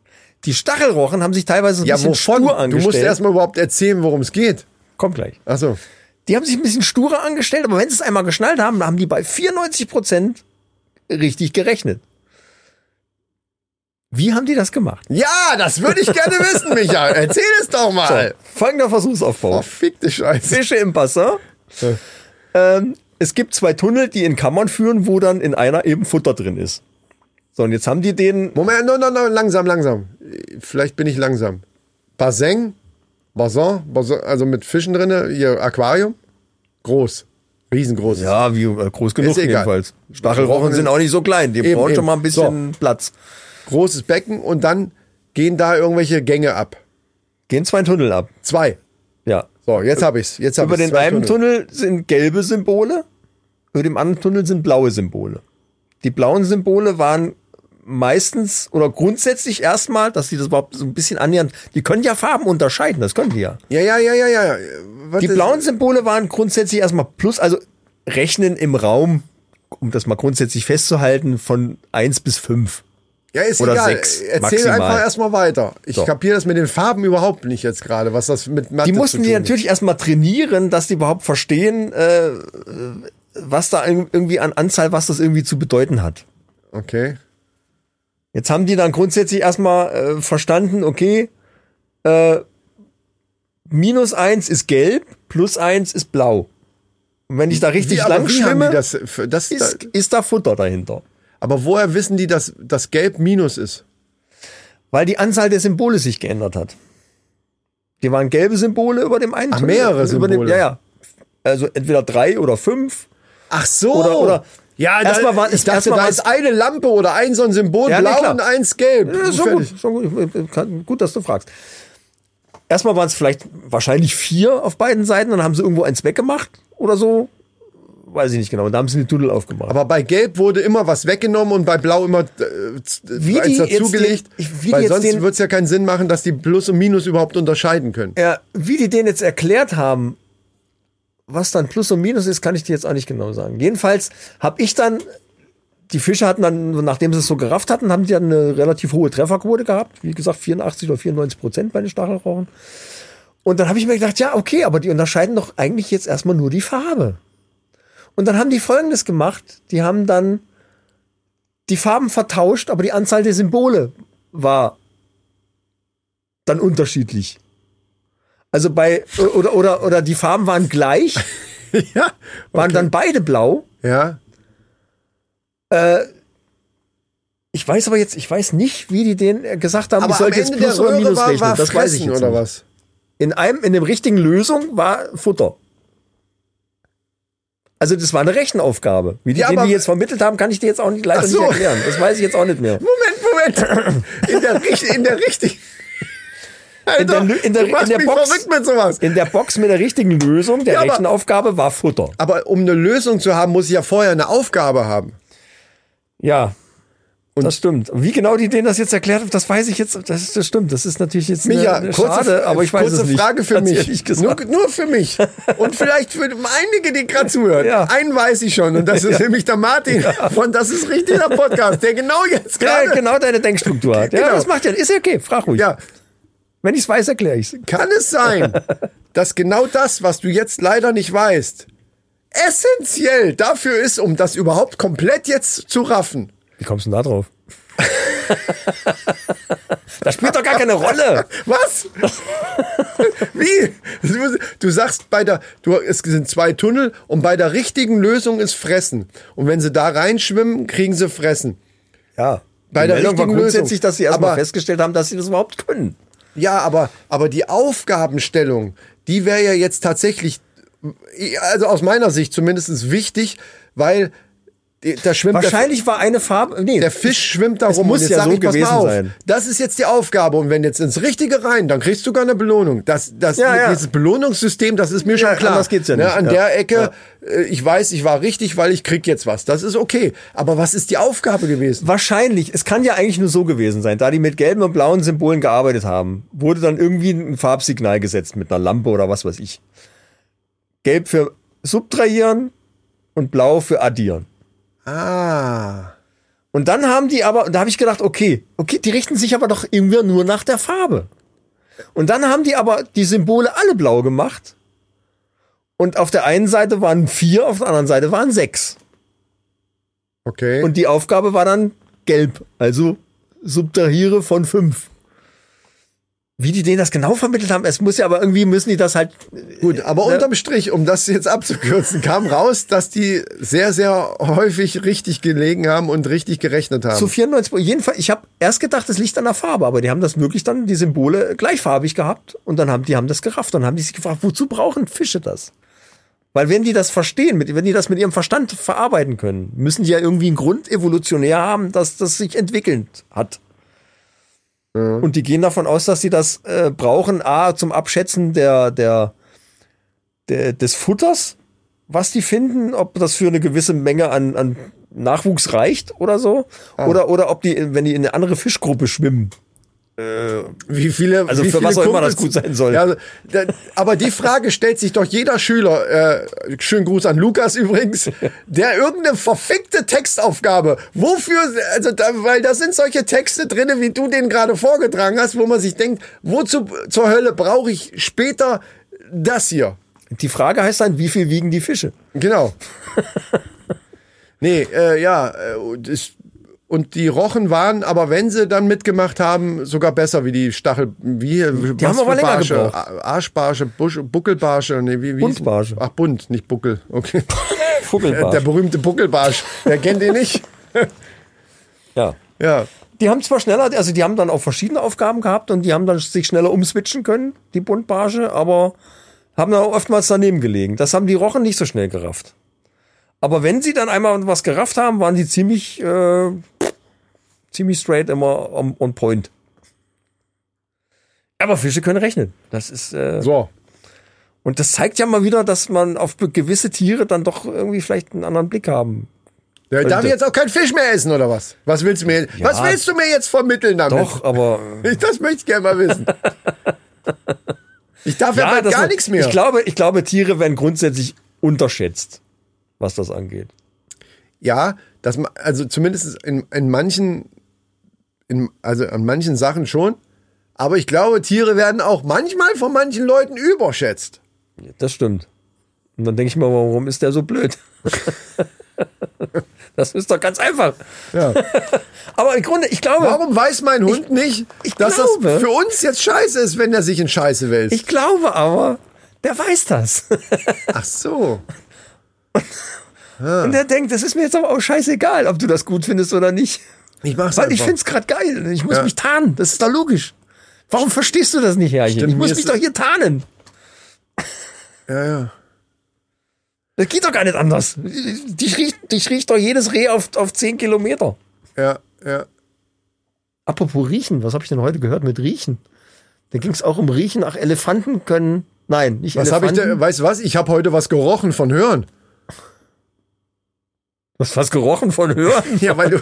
Die Stachelrochen haben sich teilweise ein ja, bisschen wovon? stur Du angestellt. musst erstmal überhaupt erzählen, worum es geht. Kommt gleich. Achso. Die haben sich ein bisschen sturer angestellt, aber wenn sie es einmal geschnallt haben, haben die bei 94% richtig gerechnet. Wie haben die das gemacht? Ja, das würde ich gerne wissen, Micha. Erzähl es doch mal. Folgender Versuchsaufbau. Oh, fickte Scheiße. Fische im Wasser. ähm, es gibt zwei Tunnel, die in Kammern führen, wo dann in einer eben Futter drin ist. So, und jetzt haben die den. Moment, no, no, no, langsam, langsam. Vielleicht bin ich langsam. Baseng, Bassin, Bassin also mit Fischen drinne, ihr Aquarium. Groß. Riesengroß. Ja, wie äh, groß genug Ist egal. jedenfalls. Stachelrochen sind auch nicht so klein, die Eben, brauchen schon eben. mal ein bisschen Platz. Großes Becken und dann gehen da irgendwelche Gänge ab. Gehen zwei Tunnel ab. Zwei. Ja. So, jetzt habe ich's. Jetzt hab Über ich's. den Zwei einen Tunnel sind gelbe Symbole, über dem anderen Tunnel sind blaue Symbole. Die blauen Symbole waren meistens oder grundsätzlich erstmal, dass sie das überhaupt so ein bisschen annähernd, die können ja Farben unterscheiden, das können die ja. Ja, ja, ja, ja, ja. Was Die ist- blauen Symbole waren grundsätzlich erstmal plus, also rechnen im Raum, um das mal grundsätzlich festzuhalten, von 1 bis 5. Ja, ist oder egal. sechs, Erzähl maximal. einfach erstmal weiter. Ich So. kapiere das mit den Farben überhaupt nicht jetzt gerade, was das mit Mathe Die zu mussten die tun hat. natürlich erstmal trainieren, dass die überhaupt verstehen, äh, was da irgendwie an Anzahl, was das irgendwie zu bedeuten hat. Okay. Jetzt haben die dann grundsätzlich erstmal äh, verstanden, okay, äh, minus eins ist gelb, plus eins ist blau. Und wenn ich da richtig aber lang haben die schwimme, das, für- das ist, da, ist da Futter dahinter. aber woher wissen die, dass das Gelb Minus ist? Weil die Anzahl der Symbole sich geändert hat. Die waren gelbe Symbole über dem einen. Ach, Tunnel, mehrere über dem, Symbole. Ja, ja. Also entweder drei oder fünf. Ach so. Oder- oder- ja, da, Erstmal war- ich dachte, erstmal da war- ist eine Lampe oder ein so ein Symbol Ja, nee, blau klar. und eins gelb. Ja, so Fertig. Äh, gut, so gut. Kann- gut, dass du fragst. Erstmal waren es vielleicht wahrscheinlich vier auf beiden Seiten, dann haben sie irgendwo eins weggemacht oder so. Weiß ich nicht genau. Und da haben sie den Tunnel aufgemacht. Aber bei Gelb wurde immer was weggenommen und bei Blau immer äh, z- Wie eins die jetzt dazugelegt. den- ich- wie die weil jetzt sonst den- wird es ja keinen Sinn machen, dass die Plus und Minus überhaupt unterscheiden können. Ja, wie die den jetzt erklärt haben, was dann Plus und Minus ist, kann ich dir jetzt auch nicht genau sagen. Jedenfalls habe ich dann, die Fische hatten dann, nachdem sie es so gerafft hatten, haben die dann eine relativ hohe Trefferquote gehabt. Wie gesagt, 84 oder 94 Prozent bei den Stachelrohren. Und dann habe ich mir gedacht, ja, okay, aber die unterscheiden doch eigentlich jetzt erstmal nur die Farbe. Und dann haben die Folgendes gemacht. Die haben dann die Farben vertauscht, aber die Anzahl der Symbole war dann unterschiedlich. Also bei, oder, oder, oder die Farben waren gleich, Ja. waren dann beide blau. Ja. Ich weiß aber jetzt, ich weiß nicht, wie die den äh, gesagt haben, Aber ich am sollte jetzt Ende der Plus oder Röhre Minus war, rechnen. war das weiß ich Fressen jetzt oder nicht. was? In einem, in dem richtigen Lösung war Futter. Also das war eine Rechenaufgabe. Wie die Ja, den aber- die jetzt vermittelt haben, kann ich dir jetzt auch nicht, Ach leider so. nicht erklären. Das weiß ich jetzt auch nicht mehr. Moment, Moment. In der, richt- in der richtigen. In der, Lö- in der, du machst in der mich Box, verrückt mit sowas. in der Box mit der richtigen Lösung der Ja, aber- Rechenaufgabe war Futter. Aber um eine Lösung zu haben, muss ich ja vorher eine Aufgabe haben. Ja. Und das stimmt. Wie genau die denen das jetzt erklärt haben, das weiß ich jetzt. Das, ist, das stimmt. Das ist natürlich jetzt eine- Micha, eine kurze, schade, aber ich weiß kurze es nicht. Frage für Hat's mich. ehrlich Nur, gesagt. nur für mich. Und vielleicht für einige, die gerade zuhören. Ja. Einen weiß ich schon. Und das ist nämlich der Martin von Das ist richtig der Podcast, der genau jetzt ja, gerade. genau deine Denkstruktur hat. Ja, Genau. das macht ja. Ist ja okay. Frag ruhig. Ja, Wenn ich es weiß, erkläre ich es. kann es sein, dass genau das, was du jetzt leider nicht weißt, essentiell dafür ist, um das überhaupt komplett jetzt zu raffen? Wie kommst du denn da drauf? das spielt doch gar keine Rolle. Was? Wie? Du sagst bei der, du, es sind zwei Tunnel und bei der richtigen Lösung ist Fressen. Und wenn sie da reinschwimmen, kriegen sie Fressen. Ja. Bei Bei der der Meldung war richtigen grundsätzlich, Lösung. dass sie erstmal Aber- festgestellt haben, dass sie das überhaupt können. Ja, aber, aber die Aufgabenstellung, die wäre ja jetzt tatsächlich, also aus meiner Sicht zumindest wichtig, weil die- da schwimmt Wahrscheinlich war eine Farbe. Nee, der, der Fisch schwimmt da Es rum muss und jetzt ja sag so ich, pass gewesen mal auf, sein. das ist jetzt die Aufgabe und wenn jetzt ins Richtige rein, dann kriegst du sogar eine Belohnung. Das, das, Ja, ja. Dieses Belohnungssystem, das ist mir schon klar. anders geht's ja Ne, nicht. An Ja. der Ecke, äh, ich weiß, ich war richtig, weil ich krieg jetzt was. Das ist okay. Aber was ist die Aufgabe gewesen? Wahrscheinlich, es kann ja eigentlich nur so gewesen sein, da die mit gelben und blauen Symbolen gearbeitet haben, wurde dann irgendwie ein Farbsignal gesetzt mit einer Lampe oder was weiß ich. Gelb für subtrahieren und blau für addieren. Ah. Und dann haben die aber, da habe ich gedacht, okay, okay, die richten sich aber doch irgendwie nur nach der Farbe. Und dann haben die aber die Symbole alle blau gemacht. Und auf der einen Seite waren vier, auf der anderen Seite waren sechs. Okay. Und die Aufgabe war dann gelb, also subtrahiere von fünf. Wie die denen das genau vermittelt haben, es muss ja aber irgendwie müssen die das halt. Gut, aber ne? unterm Strich, um das jetzt abzukürzen, kam raus, dass die sehr, sehr häufig richtig gelegen haben und richtig gerechnet haben. Zu 94 Pro- Jedenfalls, ich habe erst gedacht, das liegt an der Farbe, aber die haben das möglich dann die Symbole gleichfarbig gehabt und dann haben die haben das gerafft und haben die sich gefragt, wozu brauchen Fische das? Weil wenn die das verstehen, mit, wenn die das mit ihrem Verstand verarbeiten können, müssen die ja irgendwie einen Grund evolutionär haben, dass das sich entwickelnd hat. Und die gehen davon aus, dass sie das äh, brauchen, a zum Abschätzen der der, der des Futters, was die finden, ob das für eine gewisse Menge an, an Nachwuchs reicht oder so. Oder, oder ob die, wenn die in eine andere Fischgruppe schwimmen. Wie viele, Also wie für viele was auch immer das gut sein soll. Ja, da, aber die Frage stellt sich doch jeder Schüler, äh, schönen Gruß an Lukas übrigens, der irgendeine verfickte Textaufgabe, wofür, also da, weil da sind solche Texte drinne, wie du den gerade vorgetragen hast, wo man sich denkt, wozu zur Hölle brauche ich später das hier? Die Frage heißt dann, wie viel wiegen die Fische? Genau. nee, äh, ja, äh, das, und die Rochen waren, aber wenn sie dann mitgemacht haben, sogar besser wie die Stachel, wie, die haben aber länger gebraucht. Arschbarsche, Busch, Buckelbarsche, nee, wie, wie hieß- Buntbarsche. Ach, Bunt, nicht Buckel, okay. Vogelbarsch. Der berühmte Buckelbarsch, wer kennt ihn nicht? ja. Ja, Die haben zwar schneller, also die haben dann auch verschiedene Aufgaben gehabt und die haben dann sich schneller umswitchen können, die Buntbarsche, aber haben dann auch oftmals daneben gelegen. Das haben die Rochen nicht so schnell gerafft. Aber wenn sie dann einmal was gerafft haben, waren die ziemlich, äh, ziemlich straight immer on, on point. Aber Fische können rechnen. Das ist, äh, so. und das zeigt ja mal wieder, dass man auf gewisse Tiere dann doch irgendwie vielleicht einen anderen Blick haben. Ja, darf Könnte. ich jetzt auch keinen Fisch mehr essen, oder was? Was willst du mir, was willst du mir jetzt vermitteln damit? Doch, aber Ich, das möchte ich gerne mal wissen. Ich darf ja, bald das- gar nichts mehr. Ich glaube, ich glaube, Tiere werden grundsätzlich unterschätzt, was das angeht. ja, dass man, also zumindest in, in manchen, in, also an manchen Sachen schon. Aber ich glaube, Tiere werden auch manchmal von manchen Leuten überschätzt. Das stimmt. Und dann denke ich mal, warum ist der so blöd? das ist doch ganz einfach. Ja. Aber im Grunde, ich glaube, Warum weiß mein Hund nicht, ich dass glaube- das für uns jetzt scheiße ist, wenn er sich in Scheiße wälzt? ich glaube aber, der weiß das. Ach so. Und der denkt, das ist mir jetzt aber auch scheißegal, ob du das gut findest oder nicht. Ich mach's Weil ich einfach. find's grad geil. Ich muss Ja. mich tarnen. Das ist doch logisch. Warum verstehst du das nicht, Herrchen? Stimmt, ich muss mir mich ist- doch hier tarnen. Ja, ja. Das geht doch gar nicht anders. Dich riecht, dich riecht doch jedes Reh auf, auf 10 Kilometer. Ja, ja. Apropos Riechen, was habe ich denn heute gehört mit Riechen? Da ging es auch um Riechen. Ach, Elefanten können. Nein, nicht Was habe ich Elefanten. denn, weißt du was? Ich habe heute was gerochen von Hören. Was, was gerochen von Hören? Ja, weil du.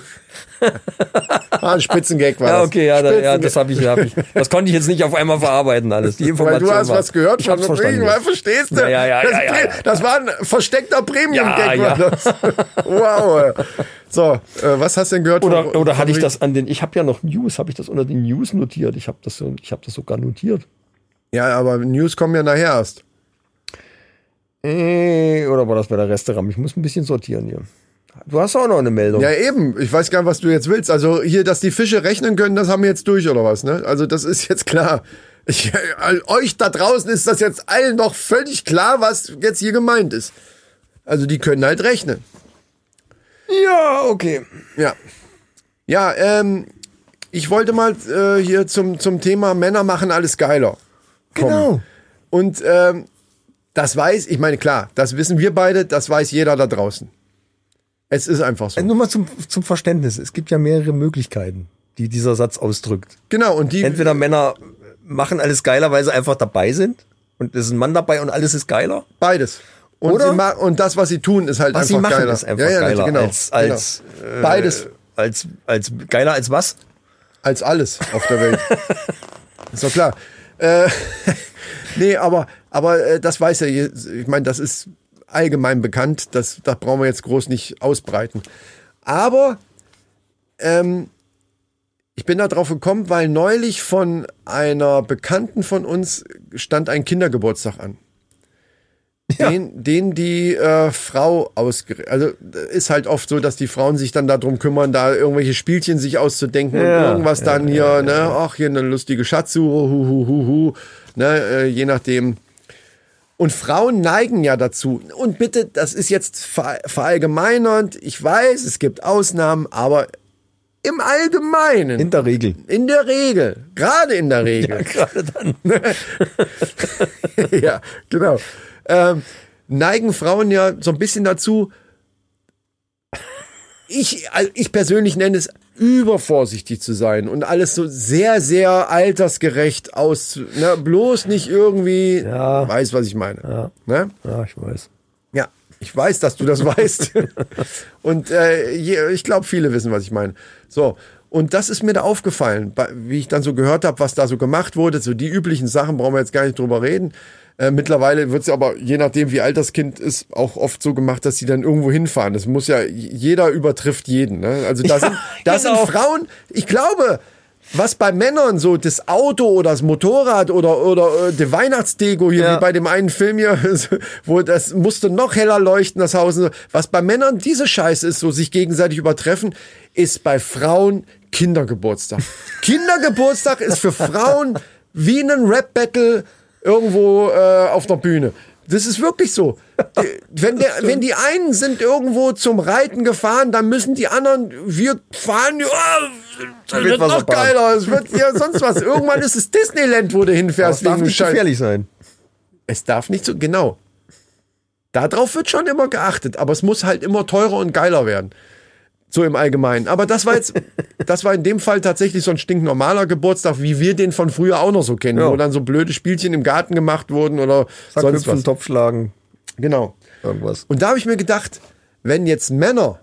ah, ein Spitzengag war Ja, das. okay, ja, da, ja Spitzengag. das habe ich, hab ich. Das konnte ich jetzt nicht auf einmal verarbeiten, alles. Die Weil Information. du hast war- was gehört ich hab's von verstanden. Weil verstehst du? Ja, ja, ja, das, ja, ja, ja. das war ein versteckter Premium-Gag. Ja, war das. wow. So, äh, was hast du denn gehört? Oder, von, oder hatte ich von- das an den. Ich habe ja noch News, habe ich das unter den News notiert. Ich habe das, so- ich hab das sogar notiert. Ja, aber News kommen ja nachher erst. Äh, oder war das bei der Restaurant? Ich muss ein bisschen sortieren hier. Du hast auch noch eine Meldung. Ja, eben. Ich weiß gar nicht, was du jetzt willst. Also hier, dass die Fische rechnen können, das haben wir jetzt durch, oder was? Ne? Also das ist jetzt klar. Ich, äh, all- euch da draußen ist das jetzt allen noch völlig klar, was jetzt hier gemeint ist. Also die können halt rechnen. ja okay. Ja. Ja, ähm, ich wollte mal äh, hier zum, zum Thema Männer machen alles geiler. kommen. Genau. Und ähm, das weiß, ich meine, klar, das wissen wir beide, das weiß jeder da draußen. Es ist einfach so. Äh, Nur mal zum, zum Verständnis. Es gibt ja mehrere Möglichkeiten, die dieser Satz ausdrückt. Genau, und die. Entweder Männer machen alles geiler, weil sie einfach dabei sind und es ist ein Mann dabei und alles ist geiler. Beides. Und, Oder? Sie ma- und das, was sie tun, ist halt Was sie einfach machen, geiler. ist einfach Ja, ja, geiler Genau, als, als genau. Beides, Äh, als als geiler als was? als alles auf der Welt. ist doch klar. Äh, nee, aber, aber äh, das weiß ja, je- ich meine, das ist allgemein bekannt. Das, das brauchen wir jetzt groß nicht ausbreiten. Aber ähm, ich bin da drauf gekommen, weil neulich von einer Bekannten von uns stand ein Kindergeburtstag an. Den, den die äh, Frau ausgerichtet. Also äh, ist halt oft so, dass die Frauen sich dann darum kümmern, da irgendwelche Spielchen sich auszudenken und Ja, irgendwas dann hier, ne, ach, hier eine lustige Schatzsuche, hu, hu, hu, hu, ne, äh, je nachdem. Und Frauen neigen ja dazu. Und bitte, das ist jetzt ver verallgemeinernd. Ich weiß, es gibt Ausnahmen, aber im Allgemeinen. In der Regel. In der Regel, gerade in der Regel. Gerade dann. Ja, genau. Ähm, neigen Frauen ja so ein bisschen dazu, ich, also ich persönlich nenne es übervorsichtig zu sein und alles so sehr, sehr altersgerecht aus, ne, bloß nicht irgendwie, Ja. weiß, was ich meine. Ja. Ne? Ja, ich weiß. Ja, ich weiß, dass du das weißt. und äh, je, ich glaube, viele wissen, was ich meine. So, und das ist mir da aufgefallen, bei- wie ich dann so gehört habe, was da so gemacht wurde. So die üblichen Sachen brauchen wir jetzt gar nicht drüber reden. Äh, mittlerweile wird's ja aber, je nachdem, wie alt das Kind ist, auch oft so gemacht, dass sie dann irgendwo hinfahren. Das muss ja, jeder übertrifft jeden. Ne? Also da, Ja, sind, da genau. sind Frauen, ich glaube, was bei Männern so das Auto oder das Motorrad oder, oder äh, die Weihnachtsdeko hier, Ja. wie bei dem einen Film hier, wo das musste noch heller leuchten, das Haus. und so. Was bei Männern diese Scheiße ist, so sich gegenseitig übertreffen, ist bei Frauen Kindergeburtstag. Kindergeburtstag ist für Frauen wie ein Rap-Battle irgendwo äh, auf der Bühne. Das ist wirklich so. Die- Wenn, der, wenn die einen sind irgendwo zum Reiten gefahren, dann müssen die anderen, wir fahren, ja, das Wird wird was noch erfahren. geiler, es wird ja sonst was. Irgendwann ist es Disneyland, wo du hinfährst. Das darf wegen nicht Scheiß. gefährlich sein. Es darf nicht so, genau. Darauf wird schon immer geachtet, aber es muss halt immer teurer und geiler werden. So im Allgemeinen. Aber das war jetzt, das war in dem Fall tatsächlich so ein stinknormaler Geburtstag, wie wir den von früher auch noch so kennen, Ja. wo dann so blöde Spielchen im Garten gemacht wurden oder Sack sonst hüpfen, was. Topf schlagen, Genau. irgendwas. Und da habe ich mir gedacht, wenn jetzt Männer,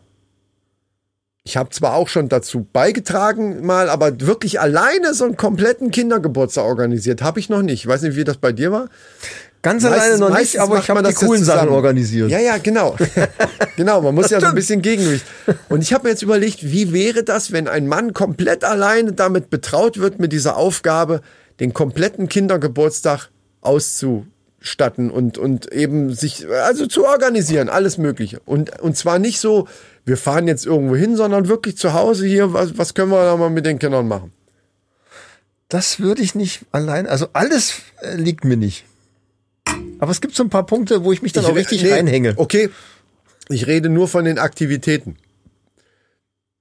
ich habe zwar auch schon dazu beigetragen mal, aber wirklich alleine so einen kompletten Kindergeburtstag organisiert, habe ich noch nicht. Ich weiß nicht, wie das bei dir war. Ganz Meistens- alleine noch nicht, meistens aber macht ich habe man die das jetzt coolen Sachen zusammen. organisiert. Ja, ja, genau. genau, man muss ja so ein bisschen Gegengewicht. Und ich habe mir jetzt überlegt, wie wäre das, wenn ein Mann komplett alleine damit betraut wird, mit dieser Aufgabe, den kompletten Kindergeburtstag auszustatten und, und eben sich, also zu organisieren, alles Mögliche. Und, und zwar nicht so, wir fahren jetzt irgendwo hin, sondern wirklich zu Hause hier, was, was können wir da mal mit den Kindern machen? Das würde ich nicht allein, also alles äh, liegt mir nicht. Aber es gibt so ein paar Punkte, wo ich mich dann auch richtig Genau. nee, oh, reinhänge. Okay, ich rede nur von den Aktivitäten.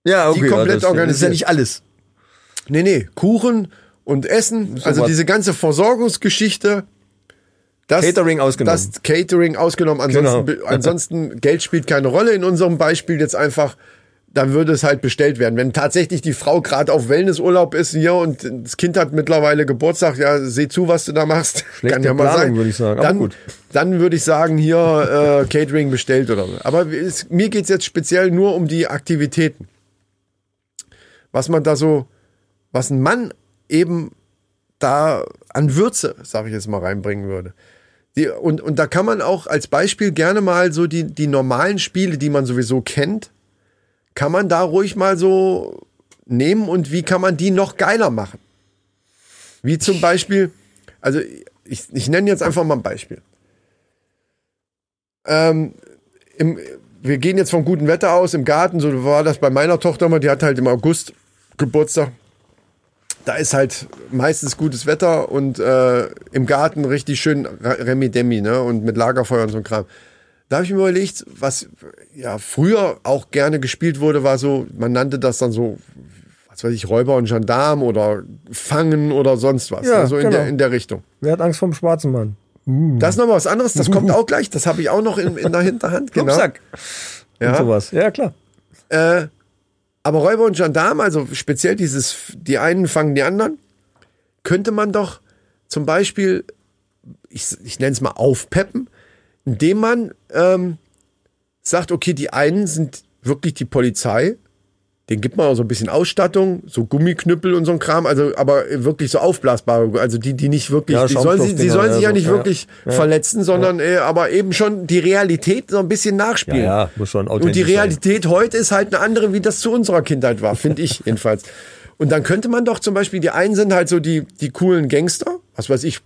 Ja, die komplett das, äh, das ist ja organisiert. nicht alles. Nee, nee, Kuchen und Essen, also was. diese ganze Versorgungsgeschichte. Das, Catering ausgenommen. Das Catering ausgenommen. Ansonsten, Genau. ansonsten Geld spielt keine Rolle in unserem Beispiel jetzt einfach. Dann würde es halt bestellt werden. Wenn tatsächlich die Frau gerade auf Wellnessurlaub ist hier und das Kind hat mittlerweile Geburtstag, ja, seh zu, was du da machst. Schlechte Planung, würde ich sagen, aber Dann, gut. dann würde ich sagen, hier äh, Catering bestellt oder so. Aber es, mir geht's jetzt speziell nur um die Aktivitäten. Was man da so was ein Mann eben da an Würze, sage ich jetzt mal, reinbringen würde. Die, und, und da kann man auch als Beispiel gerne mal so die, die normalen Spiele, die man sowieso kennt, kann man da ruhig mal so nehmen und wie kann man die noch geiler machen? Wie zum Beispiel, also ich, ich nenne jetzt einfach mal ein Beispiel. Ähm, im, wir gehen jetzt vom guten Wetter aus im Garten, so war das bei meiner Tochter immer, die hat halt im August Geburtstag da ist halt meistens gutes Wetter und äh, im Garten richtig schön Remi-Demi, ne? Und mit Lagerfeuer und so ein Kram. Da habe ich mir überlegt, was ja früher auch gerne gespielt wurde, war so, man nannte das dann so, was weiß ich, Räuber und Gendarm oder Fangen oder sonst was. Ja, ne? so in, der, genau. in der Richtung. Wer hat Angst vor dem schwarzen Mann? Das ist nochmal was anderes, das kommt auch gleich, das habe ich auch noch in, in der Hinterhand. Genau. Rucksack. Ja. Und sowas. Ja, klar. Aber Räuber und Gendarm, also speziell dieses, die einen fangen die anderen, könnte man doch zum Beispiel, ich, ich nenne es mal aufpeppen, indem man ähm, sagt, okay, die einen sind wirklich die Polizei, Den gibt man auch so ein bisschen Ausstattung, so Gummiknüppel und so ein Kram, also aber wirklich so aufblasbare, also die, die nicht wirklich, Ja, die sollen, sie, die Schaumstoffdinger sollen sich oder ja so, nicht ja. wirklich verletzen, sondern äh, aber eben schon die Realität so ein bisschen nachspielen. Ja, ja, muss schon Und die authentisch sein. Realität heute ist halt eine andere, wie das zu unserer Kindheit war, finde ich jedenfalls. Und dann könnte man doch zum Beispiel, die einen sind halt so die, die coolen Gangster, was weiß ich,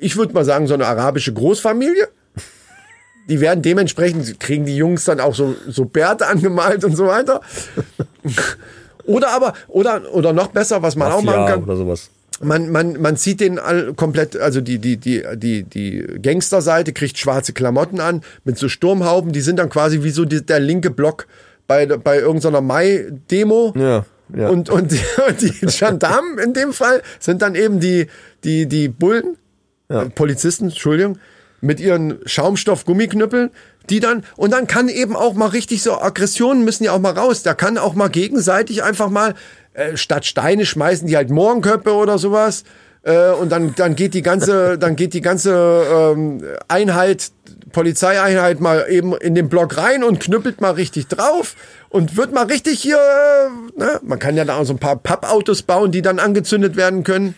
ich würde mal sagen, so eine arabische Großfamilie. Die werden dementsprechend, kriegen die Jungs dann auch so, so Bärte angemalt und so weiter. Oder aber, oder, oder noch besser, was man auch machen Mafia kann, oder sowas. man, man, man zieht den all komplett, also die, die, die, die, die Gangsterseite kriegt schwarze Klamotten an mit so Sturmhauben, die sind dann quasi wie so die, der linke Block bei, bei irgendeiner Mai-Demo. Ja, ja. Und, und, die, und die Gendarmen in dem Fall sind dann eben die, die, die Bullen, äh, Polizisten, Entschuldigung, mit ihren Schaumstoff-Gummiknüppeln, die dann, und dann kann eben auch mal richtig so, Aggressionen müssen ja auch mal raus, da kann auch mal gegenseitig einfach mal, äh, statt Steine schmeißen die halt Mohrenköpfe oder sowas, äh, und dann, dann geht die ganze, dann geht die ganze ähm, Einheit, Polizeieinheit mal eben in den Block rein und knüppelt mal richtig drauf und wird mal richtig hier, äh, ne? man kann ja da auch so ein paar Pappautos bauen, die dann angezündet werden können.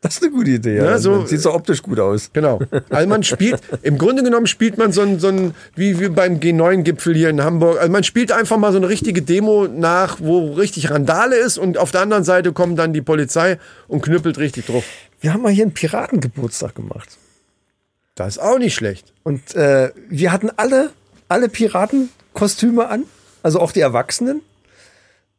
Das ist eine gute Idee, ja. Ja, Ne, so- Dann Sieht so optisch gut aus. Genau. Also man spielt, im Grunde genommen spielt man so ein, so ein wie, wie beim G9-Gipfel hier in Hamburg, also man spielt einfach mal so eine richtige Demo nach, wo richtig Randale ist und auf der anderen Seite kommt dann die Polizei und knüppelt richtig drauf. Wir haben mal hier einen Piratengeburtstag gemacht. Das ist auch nicht schlecht. Und äh, wir hatten alle, alle Piratenkostüme an, also auch die Erwachsenen.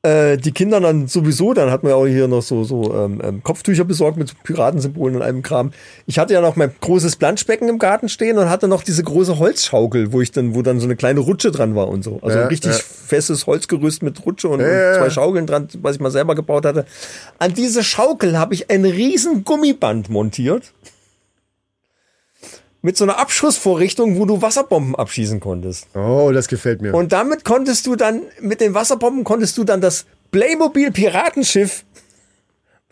Äh, die Kinder dann sowieso, dann hatten wir auch hier noch so, so ähm, ähm, Kopftücher besorgt mit so Piratensymbolen und allem Kram. Ich hatte ja noch mein großes Planschbecken im Garten stehen und hatte noch diese große Holzschaukel, wo ich dann, wo dann so eine kleine Rutsche dran war und so. Also Ja, ein richtig ja. festes Holzgerüst mit Rutsche und, Ja, ja, und ja. zwei Schaukeln dran, was ich mal selber gebaut hatte. An diese Schaukel habe ich ein riesen Gummiband montiert mit so einer Abschussvorrichtung, wo du Wasserbomben abschießen konntest. Oh, das gefällt mir. Und damit konntest du dann, mit den Wasserbomben konntest du dann das Playmobil-Piratenschiff,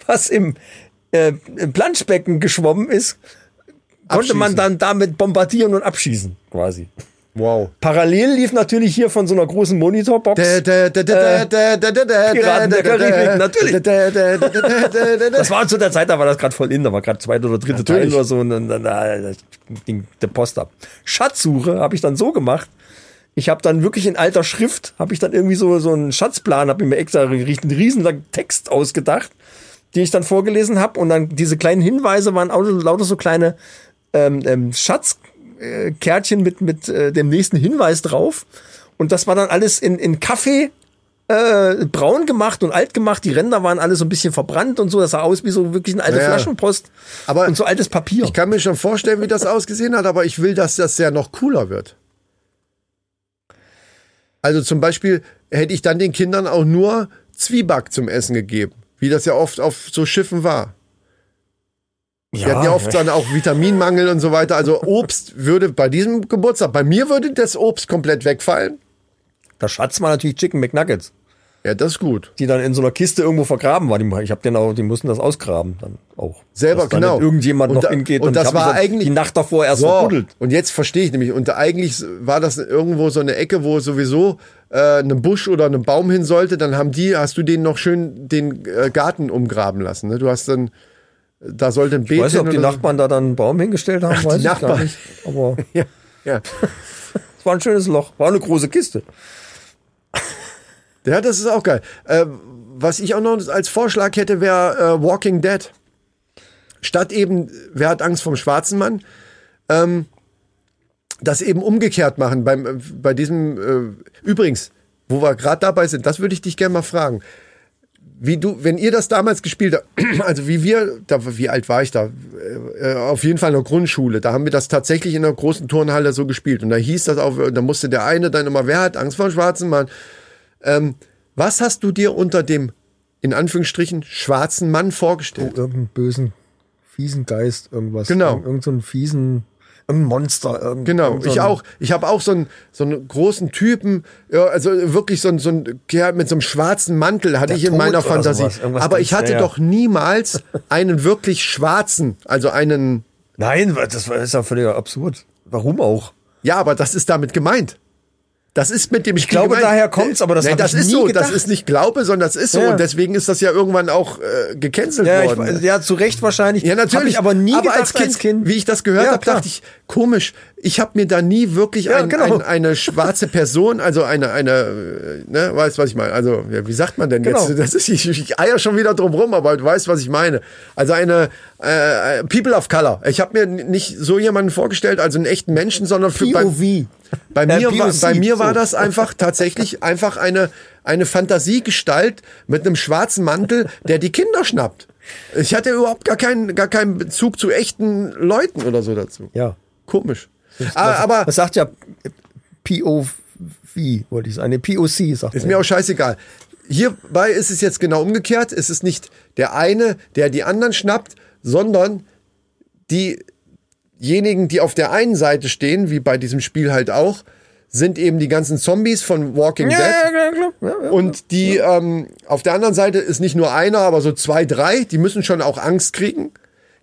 was im, äh, im Planschbecken geschwommen ist, konnte Abschießen. man dann damit bombardieren und abschießen, quasi. wow. Parallel lief natürlich hier von so einer großen Monitorbox. Piraten der Karibik, natürlich. natürlich. Das war zu der Zeit, da war das gerade voll in, da war gerade zweiter oder dritte Natürlich. Teil oder so und dann, dann, dann das ging der Post ab. Schatzsuche habe ich dann so gemacht. Ich habe dann wirklich in alter Schrift, habe ich dann irgendwie so, so einen Schatzplan, habe mir extra einen riesen- riesen langen Text ausgedacht, die ich dann vorgelesen habe und dann diese kleinen Hinweise waren auch lauter so kleine ähm, ähm, Schatzkärtchen äh, Kärtchen mit, mit äh, dem nächsten Hinweis drauf. Und das war dann alles in, in Kaffee äh, braun gemacht und alt gemacht. Die Ränder waren alle so ein bisschen verbrannt und so. Das sah aus wie so wirklich eine alte Ja, ja. Flaschenpost Aber und so altes Papier. ich kann mir schon vorstellen, wie das ausgesehen hat, aber ich will, dass das ja noch cooler wird. Also zum Beispiel hätte ich dann den Kindern auch nur Zwieback zum Essen gegeben, wie das ja oft auf so Schiffen war. Die hatten ja oft dann auch Vitaminmangel und so weiter. Also Obst würde bei diesem Geburtstag, bei mir würde das Obst komplett wegfallen. Der Schatz war natürlich Chicken McNuggets, Ja, das ist gut. die dann in so einer Kiste irgendwo vergraben waren. Die- Ich habe den auch, die mussten das ausgraben dann auch. Selber, Dass dann genau. nicht Irgendjemand Und noch da- hingeht und das ich hab mich war dann eigentlich- die Nacht davor erst So, verbuddelt. und jetzt verstehe ich nämlich, und eigentlich war das irgendwo so eine Ecke, wo sowieso äh, ein Busch oder ein Baum hin sollte, dann haben die, hast du den noch schön den äh, Garten umgraben lassen. Ne? Du hast dann, da sollte ein Beet Weiß nicht, hin ob die oder so. Nachbarn da dann einen Baum hingestellt haben, die weiß ich gar Nachbarn. nicht. Aber Ja, ja. es war ein schönes Loch. War eine große Kiste. ja, das ist auch geil. Äh, was ich auch noch als Vorschlag hätte, wäre äh, Walking Dead. Statt eben, wer hat Angst vom schwarzen Mann? Ähm, das eben umgekehrt machen beim, äh, bei diesem, äh, übrigens, wo wir gerade dabei sind, das würde ich dich gerne mal fragen. Wie du, wenn ihr das damals gespielt habt, also wie wir, da, wie alt war ich da? Äh, auf jeden Fall in der Grundschule. Da haben wir das tatsächlich in der großen Turnhalle so gespielt. Und da hieß das auch, da musste der eine dann immer, wer hat Angst vor dem schwarzen Mann? Ähm, was hast du dir unter dem, in Anführungsstrichen, schwarzen Mann vorgestellt? irgendeinen bösen, fiesen Geist, irgendwas. Genau. Irgend- Irgend so einen fiesen, irgendein Monster. Irgend, Genau, irgend so ich ein- auch. Ich habe auch so einen, so einen großen Typen, ja, also wirklich so einen, so einen Kerl mit so einem schwarzen Mantel hatte Der ich in Tod meiner oder Fantasie. sowas, irgendwas Aber ich ganz- hatte ja, ja. doch niemals einen wirklich schwarzen, also einen, Nein, das war- ist ja völlig absurd. Warum auch? ja, aber das ist damit gemeint. Das ist mit dem Ich glaube, daher kommt's, aber das Nein, hab das ich ist nie so, das gedacht. ist nicht Glaube, sondern das ist so Ja. und deswegen ist das ja irgendwann auch äh, gecancelt Ja, worden. ich, ja, zu Recht wahrscheinlich. Ja, natürlich. Hab ich aber nie gedacht als, kind, Wie ich das gehört Ja, habe, klar. dachte ich, komisch, ich habe mir da nie wirklich Ja, ein, genau. ein, eine schwarze Person, also eine, eine, äh, ne, weißt was ich meine? Also, ja, wie sagt man denn Genau. jetzt? Das ist, ich, ich eier schon wieder drum rum, aber du weißt, was ich meine. Also eine äh, People of Color. Ich habe mir n- nicht so jemanden vorgestellt, also einen echten Menschen, sondern für POV. Bei, bei Äh, mir, war, POC, bei mir war so. das einfach tatsächlich einfach eine, eine Fantasiegestalt mit einem schwarzen Mantel, der die Kinder schnappt. Ich hatte überhaupt gar keinen, gar keinen Bezug zu echten Leuten oder so dazu. Ja. Komisch. Aber, aber Das sagt ja POV, wollte ich sagen. Nee, POC sagt ist mir auch scheißegal. Hierbei ist es jetzt genau umgekehrt. Es ist nicht der eine, der die anderen schnappt, sondern diejenigen, die auf der einen Seite stehen, wie bei diesem Spiel halt auch, sind eben die ganzen Zombies von Walking ja, Dead. ja, ja, klar. Ja, ja. Und die ähm, auf der anderen Seite ist nicht nur einer, aber so zwei, drei, die müssen schon auch Angst kriegen.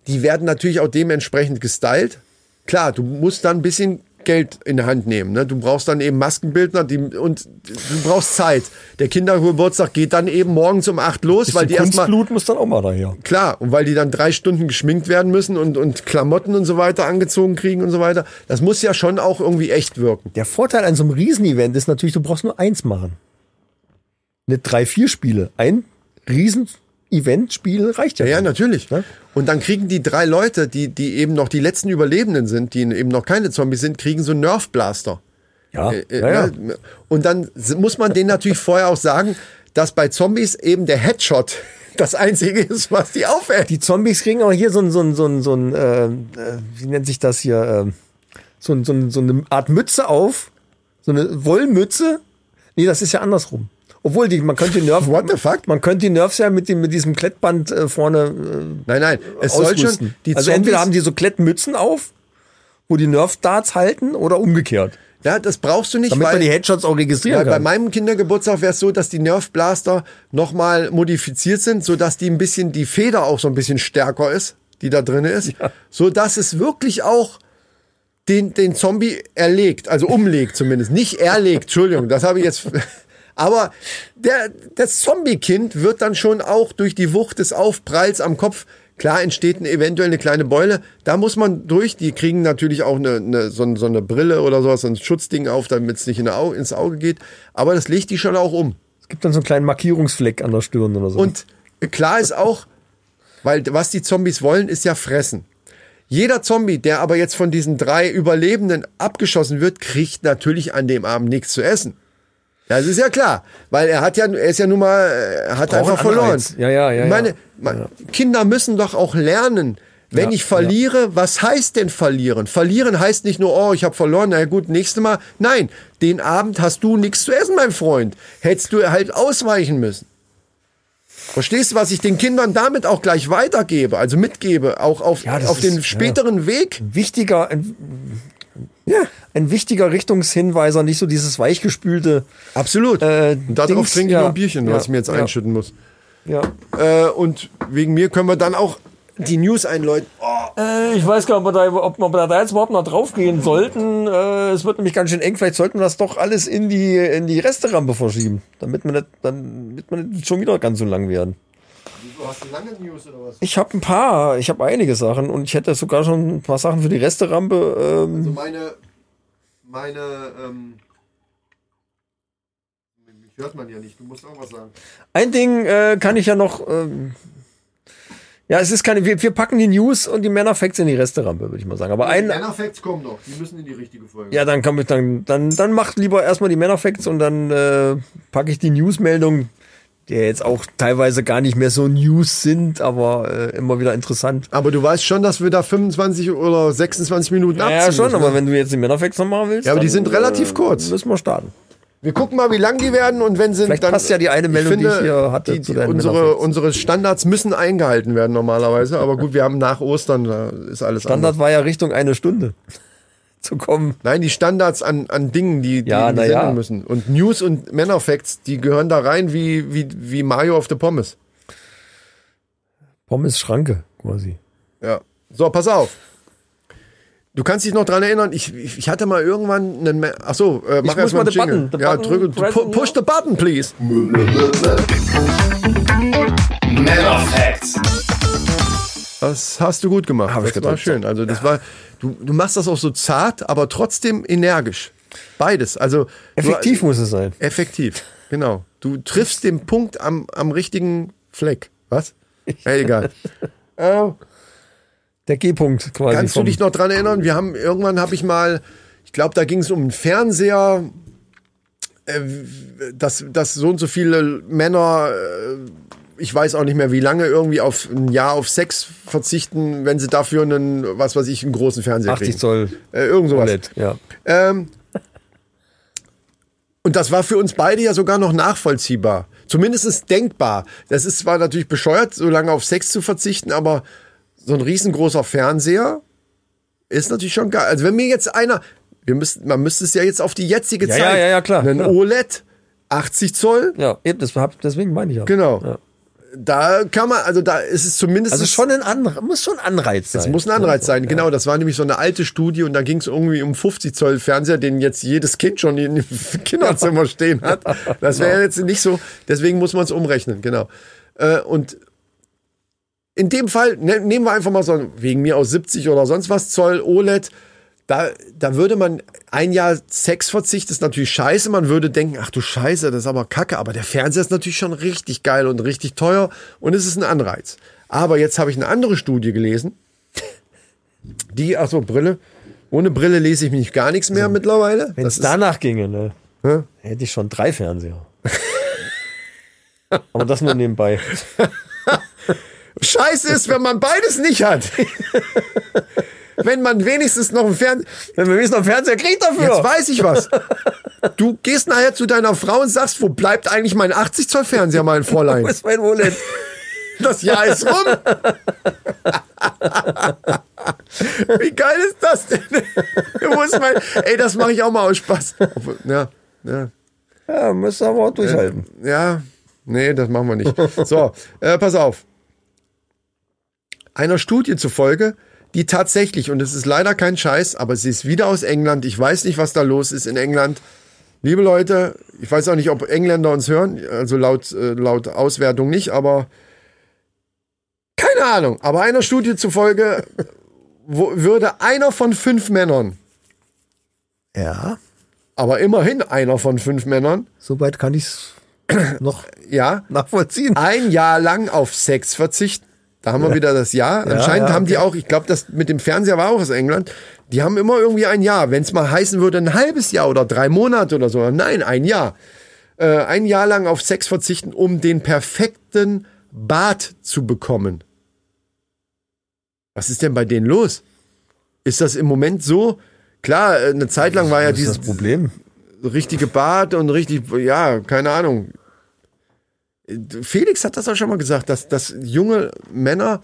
Die werden natürlich auch dementsprechend gestylt. Klar, du musst dann ein bisschen Geld in die Hand nehmen. Ne? Du brauchst dann eben Maskenbildner die, und du brauchst Zeit. Der Kindergeburtstag geht dann eben morgens um acht los, weil die erstmal Kunstblut muss dann auch mal daher. Klar, und weil die dann drei Stunden geschminkt werden müssen und, und Klamotten und so weiter angezogen kriegen und so weiter. Das muss ja schon auch irgendwie echt wirken. Der Vorteil an so einem Riesenevent ist natürlich, du brauchst nur eins machen. Nicht drei, vier Spiele. Ein Riesen-Event-Spiel reicht ja. Ja, ja, dann. natürlich. Ne? Und dann kriegen die drei Leute, die, die eben noch die letzten Überlebenden sind, die eben noch keine Zombies sind, kriegen so einen Nerf-Blaster. ja. Äh, äh, ja, ja. ne? Und dann s- muss man denen natürlich vorher auch sagen, dass bei Zombies eben der Headshot das Einzige ist, was die aufhält. Die Zombies kriegen auch hier so ein, so ein, so ein, so ein äh, äh, wie nennt sich das hier, ähm, so, ein, so, ein, so eine Art Mütze auf. So eine Wollmütze. Nee, das ist ja andersrum. Obwohl, die, man könnte die Nerf, What the fuck? man könnte die Nerfs ja mit, dem, mit diesem Klettband äh, vorne Nein, nein, äh, es soll ausrüsten. schon, die also entweder haben die so Klettmützen auf, wo die Nerf-Darts halten, oder umgekehrt. ja, das brauchst du nicht, Damit weil, man die Headshots auch registrieren Weil bei kann. meinem Kindergeburtstag wäre es so, dass die Nerf Blaster nochmal modifiziert sind, sodass die ein bisschen, die Feder auch so ein bisschen stärker ist, die da drin ist, sodass es wirklich auch den, den Zombie erlegt, also umlegt zumindest, nicht erlegt, Entschuldigung, das habe ich jetzt. Aber der, das Zombie-Kind wird dann schon auch durch die Wucht des Aufpralls am Kopf, klar entsteht ein- eventuell eine kleine Beule, da muss man durch, die kriegen natürlich auch eine, eine, so, ein- so eine Brille oder sowas, so ein Schutzding auf, damit es nicht in der Au ins Auge geht, aber das legt die schon auch um. es gibt dann so einen kleinen Markierungsfleck an der Stirn oder so. Und äh, klar ist auch, weil was die Zombies wollen, ist ja fressen. Jeder Zombie, der aber jetzt von diesen drei Überlebenden abgeschossen wird, kriegt natürlich an dem Abend nichts zu essen. Das ist ja klar, weil er hat ja, er ist ja nun mal, er hat Braucht einfach einen verloren. Anreiz. Ja, ja, ja, Ich meine, ja. man, Kinder müssen doch auch lernen. Wenn Ja, ich verliere, was heißt denn verlieren? Verlieren heißt nicht nur, oh, ich habe verloren, na ja, gut, nächstes Mal. Nein, den Abend hast du nichts zu essen, mein Freund. Hättest du halt ausweichen müssen. Verstehst du, was ich den Kindern damit auch gleich weitergebe, also mitgebe, auch auf, Ja, das auf ist- den ja. späteren Weg? ein wichtiger, ein, ja, ein wichtiger Richtungshinweiser, nicht so dieses weichgespülte. Absolut. Äh, und darauf Dings, trinke ich ja. noch ein Bierchen, Ja, was ich mir jetzt ja. einschütten muss. Ja. Äh, und wegen mir können wir dann auch die News einläuten. Oh, Äh, ich weiß gar nicht, ob wir, da, ob wir da jetzt überhaupt noch draufgehen sollten. Äh, es wird nämlich ganz schön eng. Vielleicht sollten wir das doch alles in die, in die Resterampe verschieben, damit wir nicht, damit wir nicht schon wieder ganz so lang werden. du hast lange News oder was? Ich habe ein paar, ich habe einige Sachen und ich hätte sogar schon ein paar Sachen für die Resterampe. Ähm, Also meine, meine, ähm, mich hört man ja nicht, du musst auch was sagen. Ein Ding äh, kann ich ja noch. Ähm, ja, es ist keine. Wir, wir packen die News und die Männerfacts in die Resterampe, würde ich mal sagen. Aber ein, Facts kommen doch, die müssen in die richtige Folge. ja, dann kann ich dann dann dann macht lieber erstmal die Männerfacts und dann äh, packe ich die Newsmeldungen, die ja jetzt auch teilweise gar nicht mehr so News sind, aber äh, immer wieder interessant. Aber du weißt schon, dass wir da 25 oder 26 Minuten Ja, abziehen ja schon, müssen, ne? aber wenn du jetzt die Männerfacts noch machen willst, Ja, aber die sind äh, relativ kurz. Müssen wir starten. Wir gucken mal, wie lang die werden und wenn sie Vielleicht dann passt ja die eine Meldung, die ich hier hatte, Die, zu die, deinen unsere, Männerfacts. unsere Standards müssen eingehalten werden normalerweise, aber gut, wir haben nach Ostern da ist alles Standard anders. war ja Richtung eine Stunde zu kommen. Nein, die Standards an, an Dingen, die, die Ja, in die na ja. Sendung müssen. Und News und Männerfacts, die gehören da rein wie, wie, wie Mario auf the Pommes. Pommes Schranke quasi. Ja. So, pass auf. Du kannst dich noch dran erinnern, ich, ich ich hatte mal irgendwann einen. Me Ach so, äh, mach muss erst mal einen den Jingle. Button, den ja, Button drücke, pu- pressen, push the button, please. Männer Facts. Das hast du gut gemacht. Hab das ich war gedrückt. schön. Also das war, du, du machst das auch so zart, aber trotzdem energisch. Beides. Also Effektiv du, muss es sein. Effektiv, genau. Du triffst den Punkt am, am richtigen Fleck. Was? Hey, egal. äh, Der G-Punkt quasi. Kannst du Also vom- dich noch dran erinnern? Wir haben irgendwann habe ich mal, ich glaube, da ging es um einen Fernseher, äh, dass, dass so und so viele Männer, äh, ich weiß auch nicht mehr wie lange, irgendwie auf ein Jahr auf Sex verzichten, wenn sie dafür einen, was weiß ich, einen großen Fernseher 80 kriegen. Zoll Äh, irgend sowas. OLED, ja. Ähm, und das war für uns beide ja sogar noch nachvollziehbar. Zumindest ist denkbar. Das ist zwar natürlich bescheuert, so lange auf Sex zu verzichten, aber so ein riesengroßer Fernseher ist natürlich schon geil. Also wenn mir jetzt einer, wir müssten, man müsste es ja jetzt auf die jetzige Ja, Zeit, ja, ja, ja, klar, einen klar. OLED, 80 Zoll, Ja, eben, das hab, deswegen meine ich ja. genau. Ja. Da kann man, also da ist es zumindest Also schon ein Anreiz, muss schon ein Anreiz sein. es muss ein Anreiz sein, genau. Das war nämlich so eine alte Studie und da ging es irgendwie um 50 Zoll Fernseher, den jetzt jedes Kind schon in dem Kinderzimmer stehen hat. Das Genau. wäre jetzt nicht so. Deswegen muss man es umrechnen, genau. Äh, und in dem Fall ne, nehmen wir einfach mal so ein- wegen mir aus 70 oder sonst was Zoll OLED. Da, da würde man ein Jahr Sexverzicht ist natürlich scheiße. Man würde denken, ach du Scheiße, das ist aber kacke. Aber der Fernseher ist natürlich schon richtig geil und richtig teuer und es ist ein Anreiz. Aber jetzt habe ich eine andere Studie gelesen. Die, ach so, Brille. Ohne Brille lese ich mich gar nichts mehr mittlerweile. Wenn Das es ist, danach ginge, ne? Hätte ich schon drei Fernseher. Aber das nur nebenbei. Scheiße ist, wenn man beides nicht hat. wenn man wenigstens noch einen Fernseher. Wenn wir wenigstens noch einen Fernseher kriegt Jetzt dafür. weiß ich was. Du gehst nachher zu deiner Frau und sagst, wo bleibt eigentlich mein 80 Zoll Fernseher, mein Wo Fräulein? ist mein OLED? Das Jahr ist rum. Wie geil ist das denn? Wo ist mein, ey, das mache ich auch mal aus Spaß. Obwohl, Ja, ja. Ja, müsst ihr aber auch durchhalten. Ja, nee, das machen wir nicht. So, äh, pass auf. Einer Studie zufolge, die tatsächlich, und es ist leider kein Scheiß, aber sie ist wieder aus England. Ich weiß nicht, was da los ist in England. Liebe Leute, ich weiß auch nicht, ob Engländer uns hören, also laut, äh, laut Auswertung nicht, aber keine Ahnung. Aber einer Studie zufolge wo, würde einer von fünf Männern, Ja, aber immerhin einer von fünf Männern, soweit kann ich es noch ja, nachvollziehen. ein Jahr lang auf Sex verzichten. Da haben wir wieder das Jahr. Anscheinend ja, haben die auch, ich glaube, das mit dem Fernseher war auch aus England. Die haben immer irgendwie ein Jahr. Wenn es mal heißen würde, ein halbes Jahr oder drei Monate oder so. Nein, ein Jahr. Äh, ein Jahr lang auf Sex verzichten, um den perfekten Bart zu bekommen. Was ist denn bei denen los? Ist das im Moment so? Klar, äh, eine Zeit lang war ja Das ist dieses das Problem. richtige Bart und richtig, ja, keine Ahnung. Felix hat das auch schon mal gesagt, dass, dass junge Männer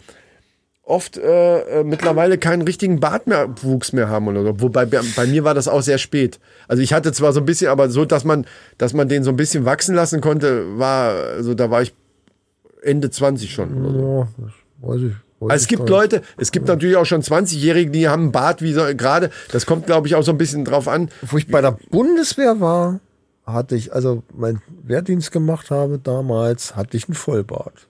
oft äh, äh, mittlerweile keinen richtigen Bartwuchs mehr haben oder so. Wobei bei, bei mir war das auch sehr spät. Also ich hatte zwar so ein bisschen, aber so, dass man, dass man den so ein bisschen wachsen lassen konnte, war, also da war ich Ende 20 schon. Oder so. Ja, das weiß ich. Weiß Also es ich gibt gar nicht. Leute, es gibt natürlich auch schon 20-Jährige, die haben einen Bart wie so, gerade. Das kommt, glaube ich, auch so ein bisschen drauf an. Wo ich bei der Bundeswehr war, hatte ich, also meinen Wehrdienst gemacht habe damals, hatte ich einen Vollbart.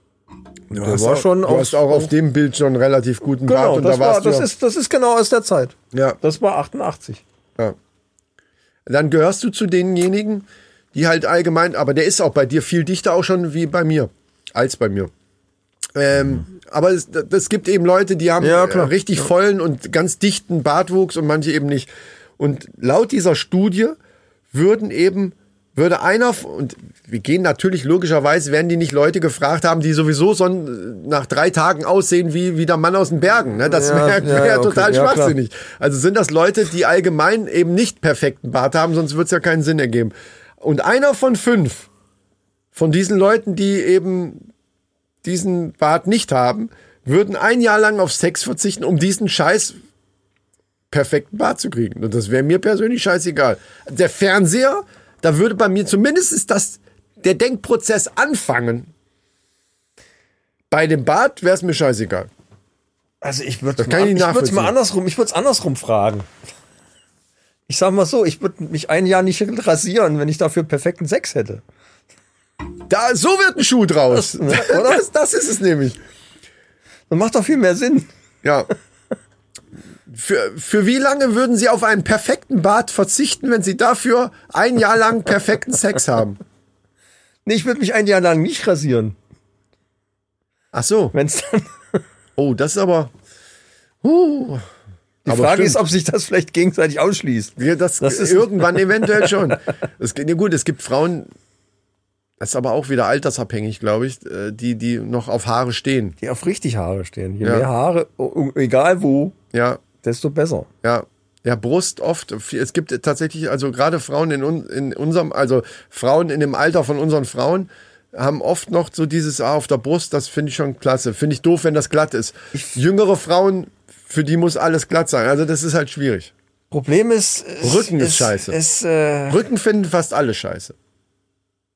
Du Der hast war auch, schon du auf- hast auch auf dem Bild schon einen relativ guten Bart und da warst du. ja- ist, Genau, das ist genau aus der Zeit. Ja. Das war 88. Dann gehörst du zu denjenigen, die halt allgemein, aber der ist auch bei dir viel dichter auch schon wie bei mir, als bei mir. Ähm, aber es, das gibt eben Leute, die haben Ja, äh, klar. richtig vollen und ganz dichten Bartwuchs und manche eben nicht. Und laut dieser Studie würden eben, würde einer, f- und wir gehen natürlich logischerweise, werden die nicht Leute gefragt haben, die sowieso so ein- nach drei Tagen aussehen wie, wie der Mann aus den Bergen. Ne? Das Ja, wäre ja, wär ja, okay. total Ja, klar. schwachsinnig nicht. Also sind das Leute, die allgemein eben nicht perfekten Bart haben, sonst würde es ja keinen Sinn ergeben. Und einer von fünf von diesen Leuten, die eben diesen Bart nicht haben, würden ein Jahr lang auf Sex verzichten, um diesen scheiß perfekten Bart zu kriegen. Und das wäre mir persönlich scheißegal. Der Fernseher, da würde bei mir zumindest ist das der Denkprozess anfangen. Bei dem Bart wäre es mir scheißegal. Also ich würde kann ich ich würde es nachvollziehen. mal andersrum, ich würde es andersrum fragen. Ich sag mal so, ich würde mich ein Jahr nicht rasieren, wenn ich dafür perfekten Sex hätte. Da, so wird ein Schuh draus. Das, ne, oder? Das, das ist es nämlich. Dann macht doch viel mehr Sinn. Ja. Für, für wie lange würden Sie auf einen perfekten Bart verzichten, wenn Sie dafür ein Jahr lang perfekten Sex haben? Nee, ich würde mich ein Jahr lang nicht rasieren, Ach so. wenn es dann Oh, das ist aber. Die Aber Frage stimmt. ist, ob sich das vielleicht gegenseitig ausschließt. Ja, das, Das ist- irgendwann eventuell schon. Es, geht- ja gut, es gibt Frauen, das ist aber auch wieder altersabhängig, glaube ich, äh, die, die noch auf Haare stehen. Die auf richtig Haare stehen. Je Ja. mehr Haare, o- egal wo, Ja, desto besser. ja. Ja, Brust oft. Es gibt tatsächlich, also gerade Frauen in, un, in unserem, also Frauen in dem Alter von unseren Frauen haben oft noch so dieses A auf der Brust, das finde ich schon klasse. Finde ich doof, wenn das glatt ist. Jüngere Frauen, für die muss alles glatt sein. Also das ist halt schwierig. Problem ist, es, Rücken ist es- scheiße. Es, äh, Rücken finden fast alle scheiße.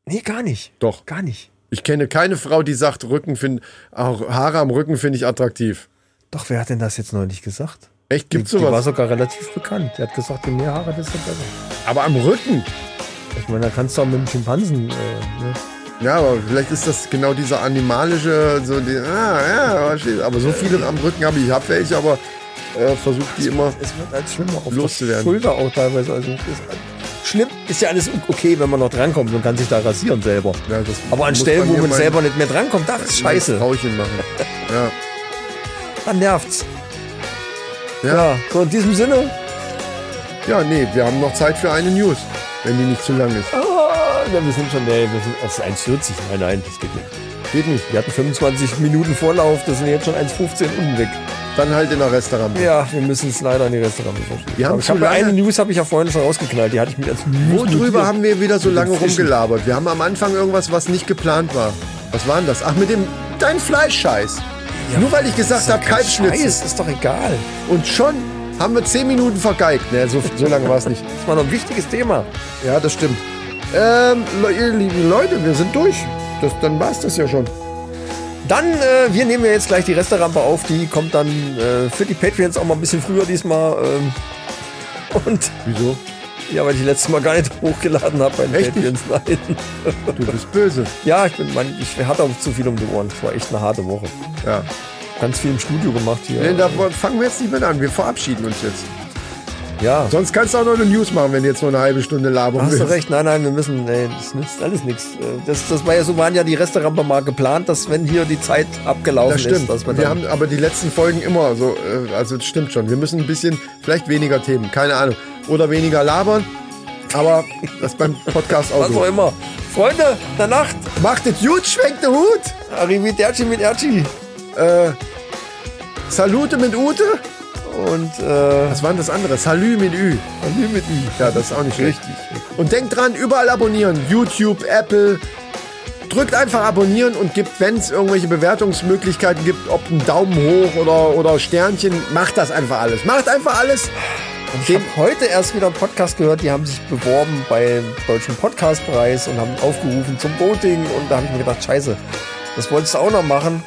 nee, gar nicht. Doch. Gar nicht. Ich kenne keine Frau, die sagt, Rücken find, auch Haare am Rücken finde ich attraktiv. Doch, wer hat denn das jetzt neulich gesagt? Echt, gibt's Die war sowas? sogar relativ bekannt. Die hat gesagt, je mehr Haare, desto besser. Aber am Rücken? Ich meine, da kannst du auch mit dem Schimpansen. Äh, ne? Ja, aber vielleicht ist das genau dieser animalische, so die, ah, ja, verstehe. aber so viele am Rücken habe ich, ich habe welche, aber äh, versucht die immer. Es wird als schlimmer auf der Loszuwerden. Schulter auch teilweise. Also es ist, schlimm ist ja alles okay, wenn man noch drankommt und kann sich da rasieren selber. Ja, das Aber an muss Stellen, bei wo mir man mein- selber nicht mehr drankommt, das ist scheiße. Frauchen machen. Ja. Dann nervt's. Ja. Ja, so in diesem Sinne, ja, nee, wir haben noch Zeit für eine News, wenn die nicht zu lang ist. ah, na, wir sind schon, nee, wir sind, das ist 1,40. Nein, nein, das geht nicht. Geht nicht. Wir hatten 25 Minuten Vorlauf, das sind jetzt schon 1,15 unten weg. Dann halt in der Restaurant. Ja, wir müssen es leider in die Restaurants verschieben. Wir haben Aber ich zu hab mir lange- eine News habe ich ja vorhin schon rausgeknallt, die hatte ich mir als News Worüber notiert. haben wir wieder so Mit den lange Fischen. rumgelabert? Wir haben am Anfang irgendwas, was nicht geplant war. Was war denn das? Ach, mit dem dein Fleischscheiß. Nur weil ich gesagt habe, Kein Kalbschnitzel. Scheiß, ist doch egal. Und schon haben wir 10 Minuten vergeigt. Ne, so, so lange war es nicht. Das war noch ein wichtiges Thema. Ja, das stimmt. Ähm, Le ihr lieben Leute, wir sind durch. Das, dann war es das ja schon. Dann, äh, wir nehmen ja jetzt gleich die Resterampe auf. Die kommt dann äh, für die Patreons auch mal ein bisschen früher diesmal. Ähm, und Wieso? ja, weil ich letztes Mal gar nicht hochgeladen habe bei den Echt Patreons. Nein. Du bist böse. Ja, ich, bin, mein, ich hatte auch zu viel um die Ohren. Es war echt eine harte Woche. Ja. Ganz viel im Studio gemacht hier. Nee, da fangen wir jetzt nicht mit an. Wir verabschieden uns jetzt. ja. Sonst kannst du auch noch eine News machen, wenn du jetzt nur eine halbe Stunde labern Hast du willst. recht, nein, nein, wir müssen, nee, das nützt alles nichts. Äh, Das, das war ja so, waren ja die Resterampe mal geplant, dass wenn hier die Zeit abgelaufen Das ist, stimmt. dass wir wir dann, haben aber die letzten Folgen immer so, äh, also das stimmt schon. Wir müssen ein bisschen, vielleicht weniger Themen, keine Ahnung. Oder weniger labern. Aber das beim Podcast auch was auch so. immer. Freunde, der Nacht, Macht es gut, schwenkt den Hut. Arrivederci mit Erci. Äh, Salute mit Ute. Und, äh, Was war denn das andere? Salü mit Ü. Salü mit Ü. Ja, das ist auch nicht schlecht. Richtig. Und denkt dran, überall abonnieren. YouTube, Apple. Drückt einfach abonnieren und gibt, wenn es irgendwelche Bewertungsmöglichkeiten gibt, ob einen Daumen hoch oder, oder Sternchen, macht das einfach alles. Macht einfach alles. Ich habe heute erst wieder einen Podcast gehört, die haben sich beworben beim Deutschen Podcastpreis und haben aufgerufen zum Voting und da habe ich mir gedacht, scheiße, das wolltest du auch noch machen.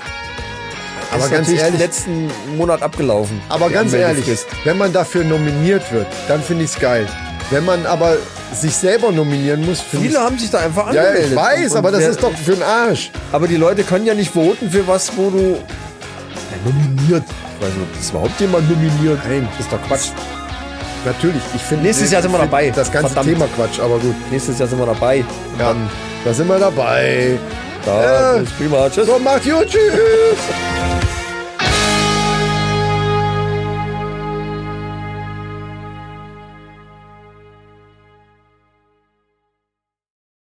Aber ist ganz natürlich ehrlich- letzten Monat abgelaufen. Aber die ganz ehrlich, Anmeldefrist. wenn man dafür nominiert wird, dann finde ich es geil. Wenn man aber sich selber nominieren muss, finde ich Viele haben sich da einfach Ja, angemeldet. ich weiß, Und- und aber das wer- ist doch für den Arsch. Aber die Leute können ja nicht voten für was, wo du. Ja, nominiert. Ich weiß nicht, ob das überhaupt jemand nominiert. Nein, ist doch Quatsch. Natürlich, ich finde. Nächstes Jahr sind wir ich find dabei. Das ganze Verdammt. Thema Quatsch, aber gut. Nächstes Jahr sind wir dabei. Und Ja, Dann, da sind wir dabei. da Äh, ist prima. Tschüss. So, macht gut, tschüss.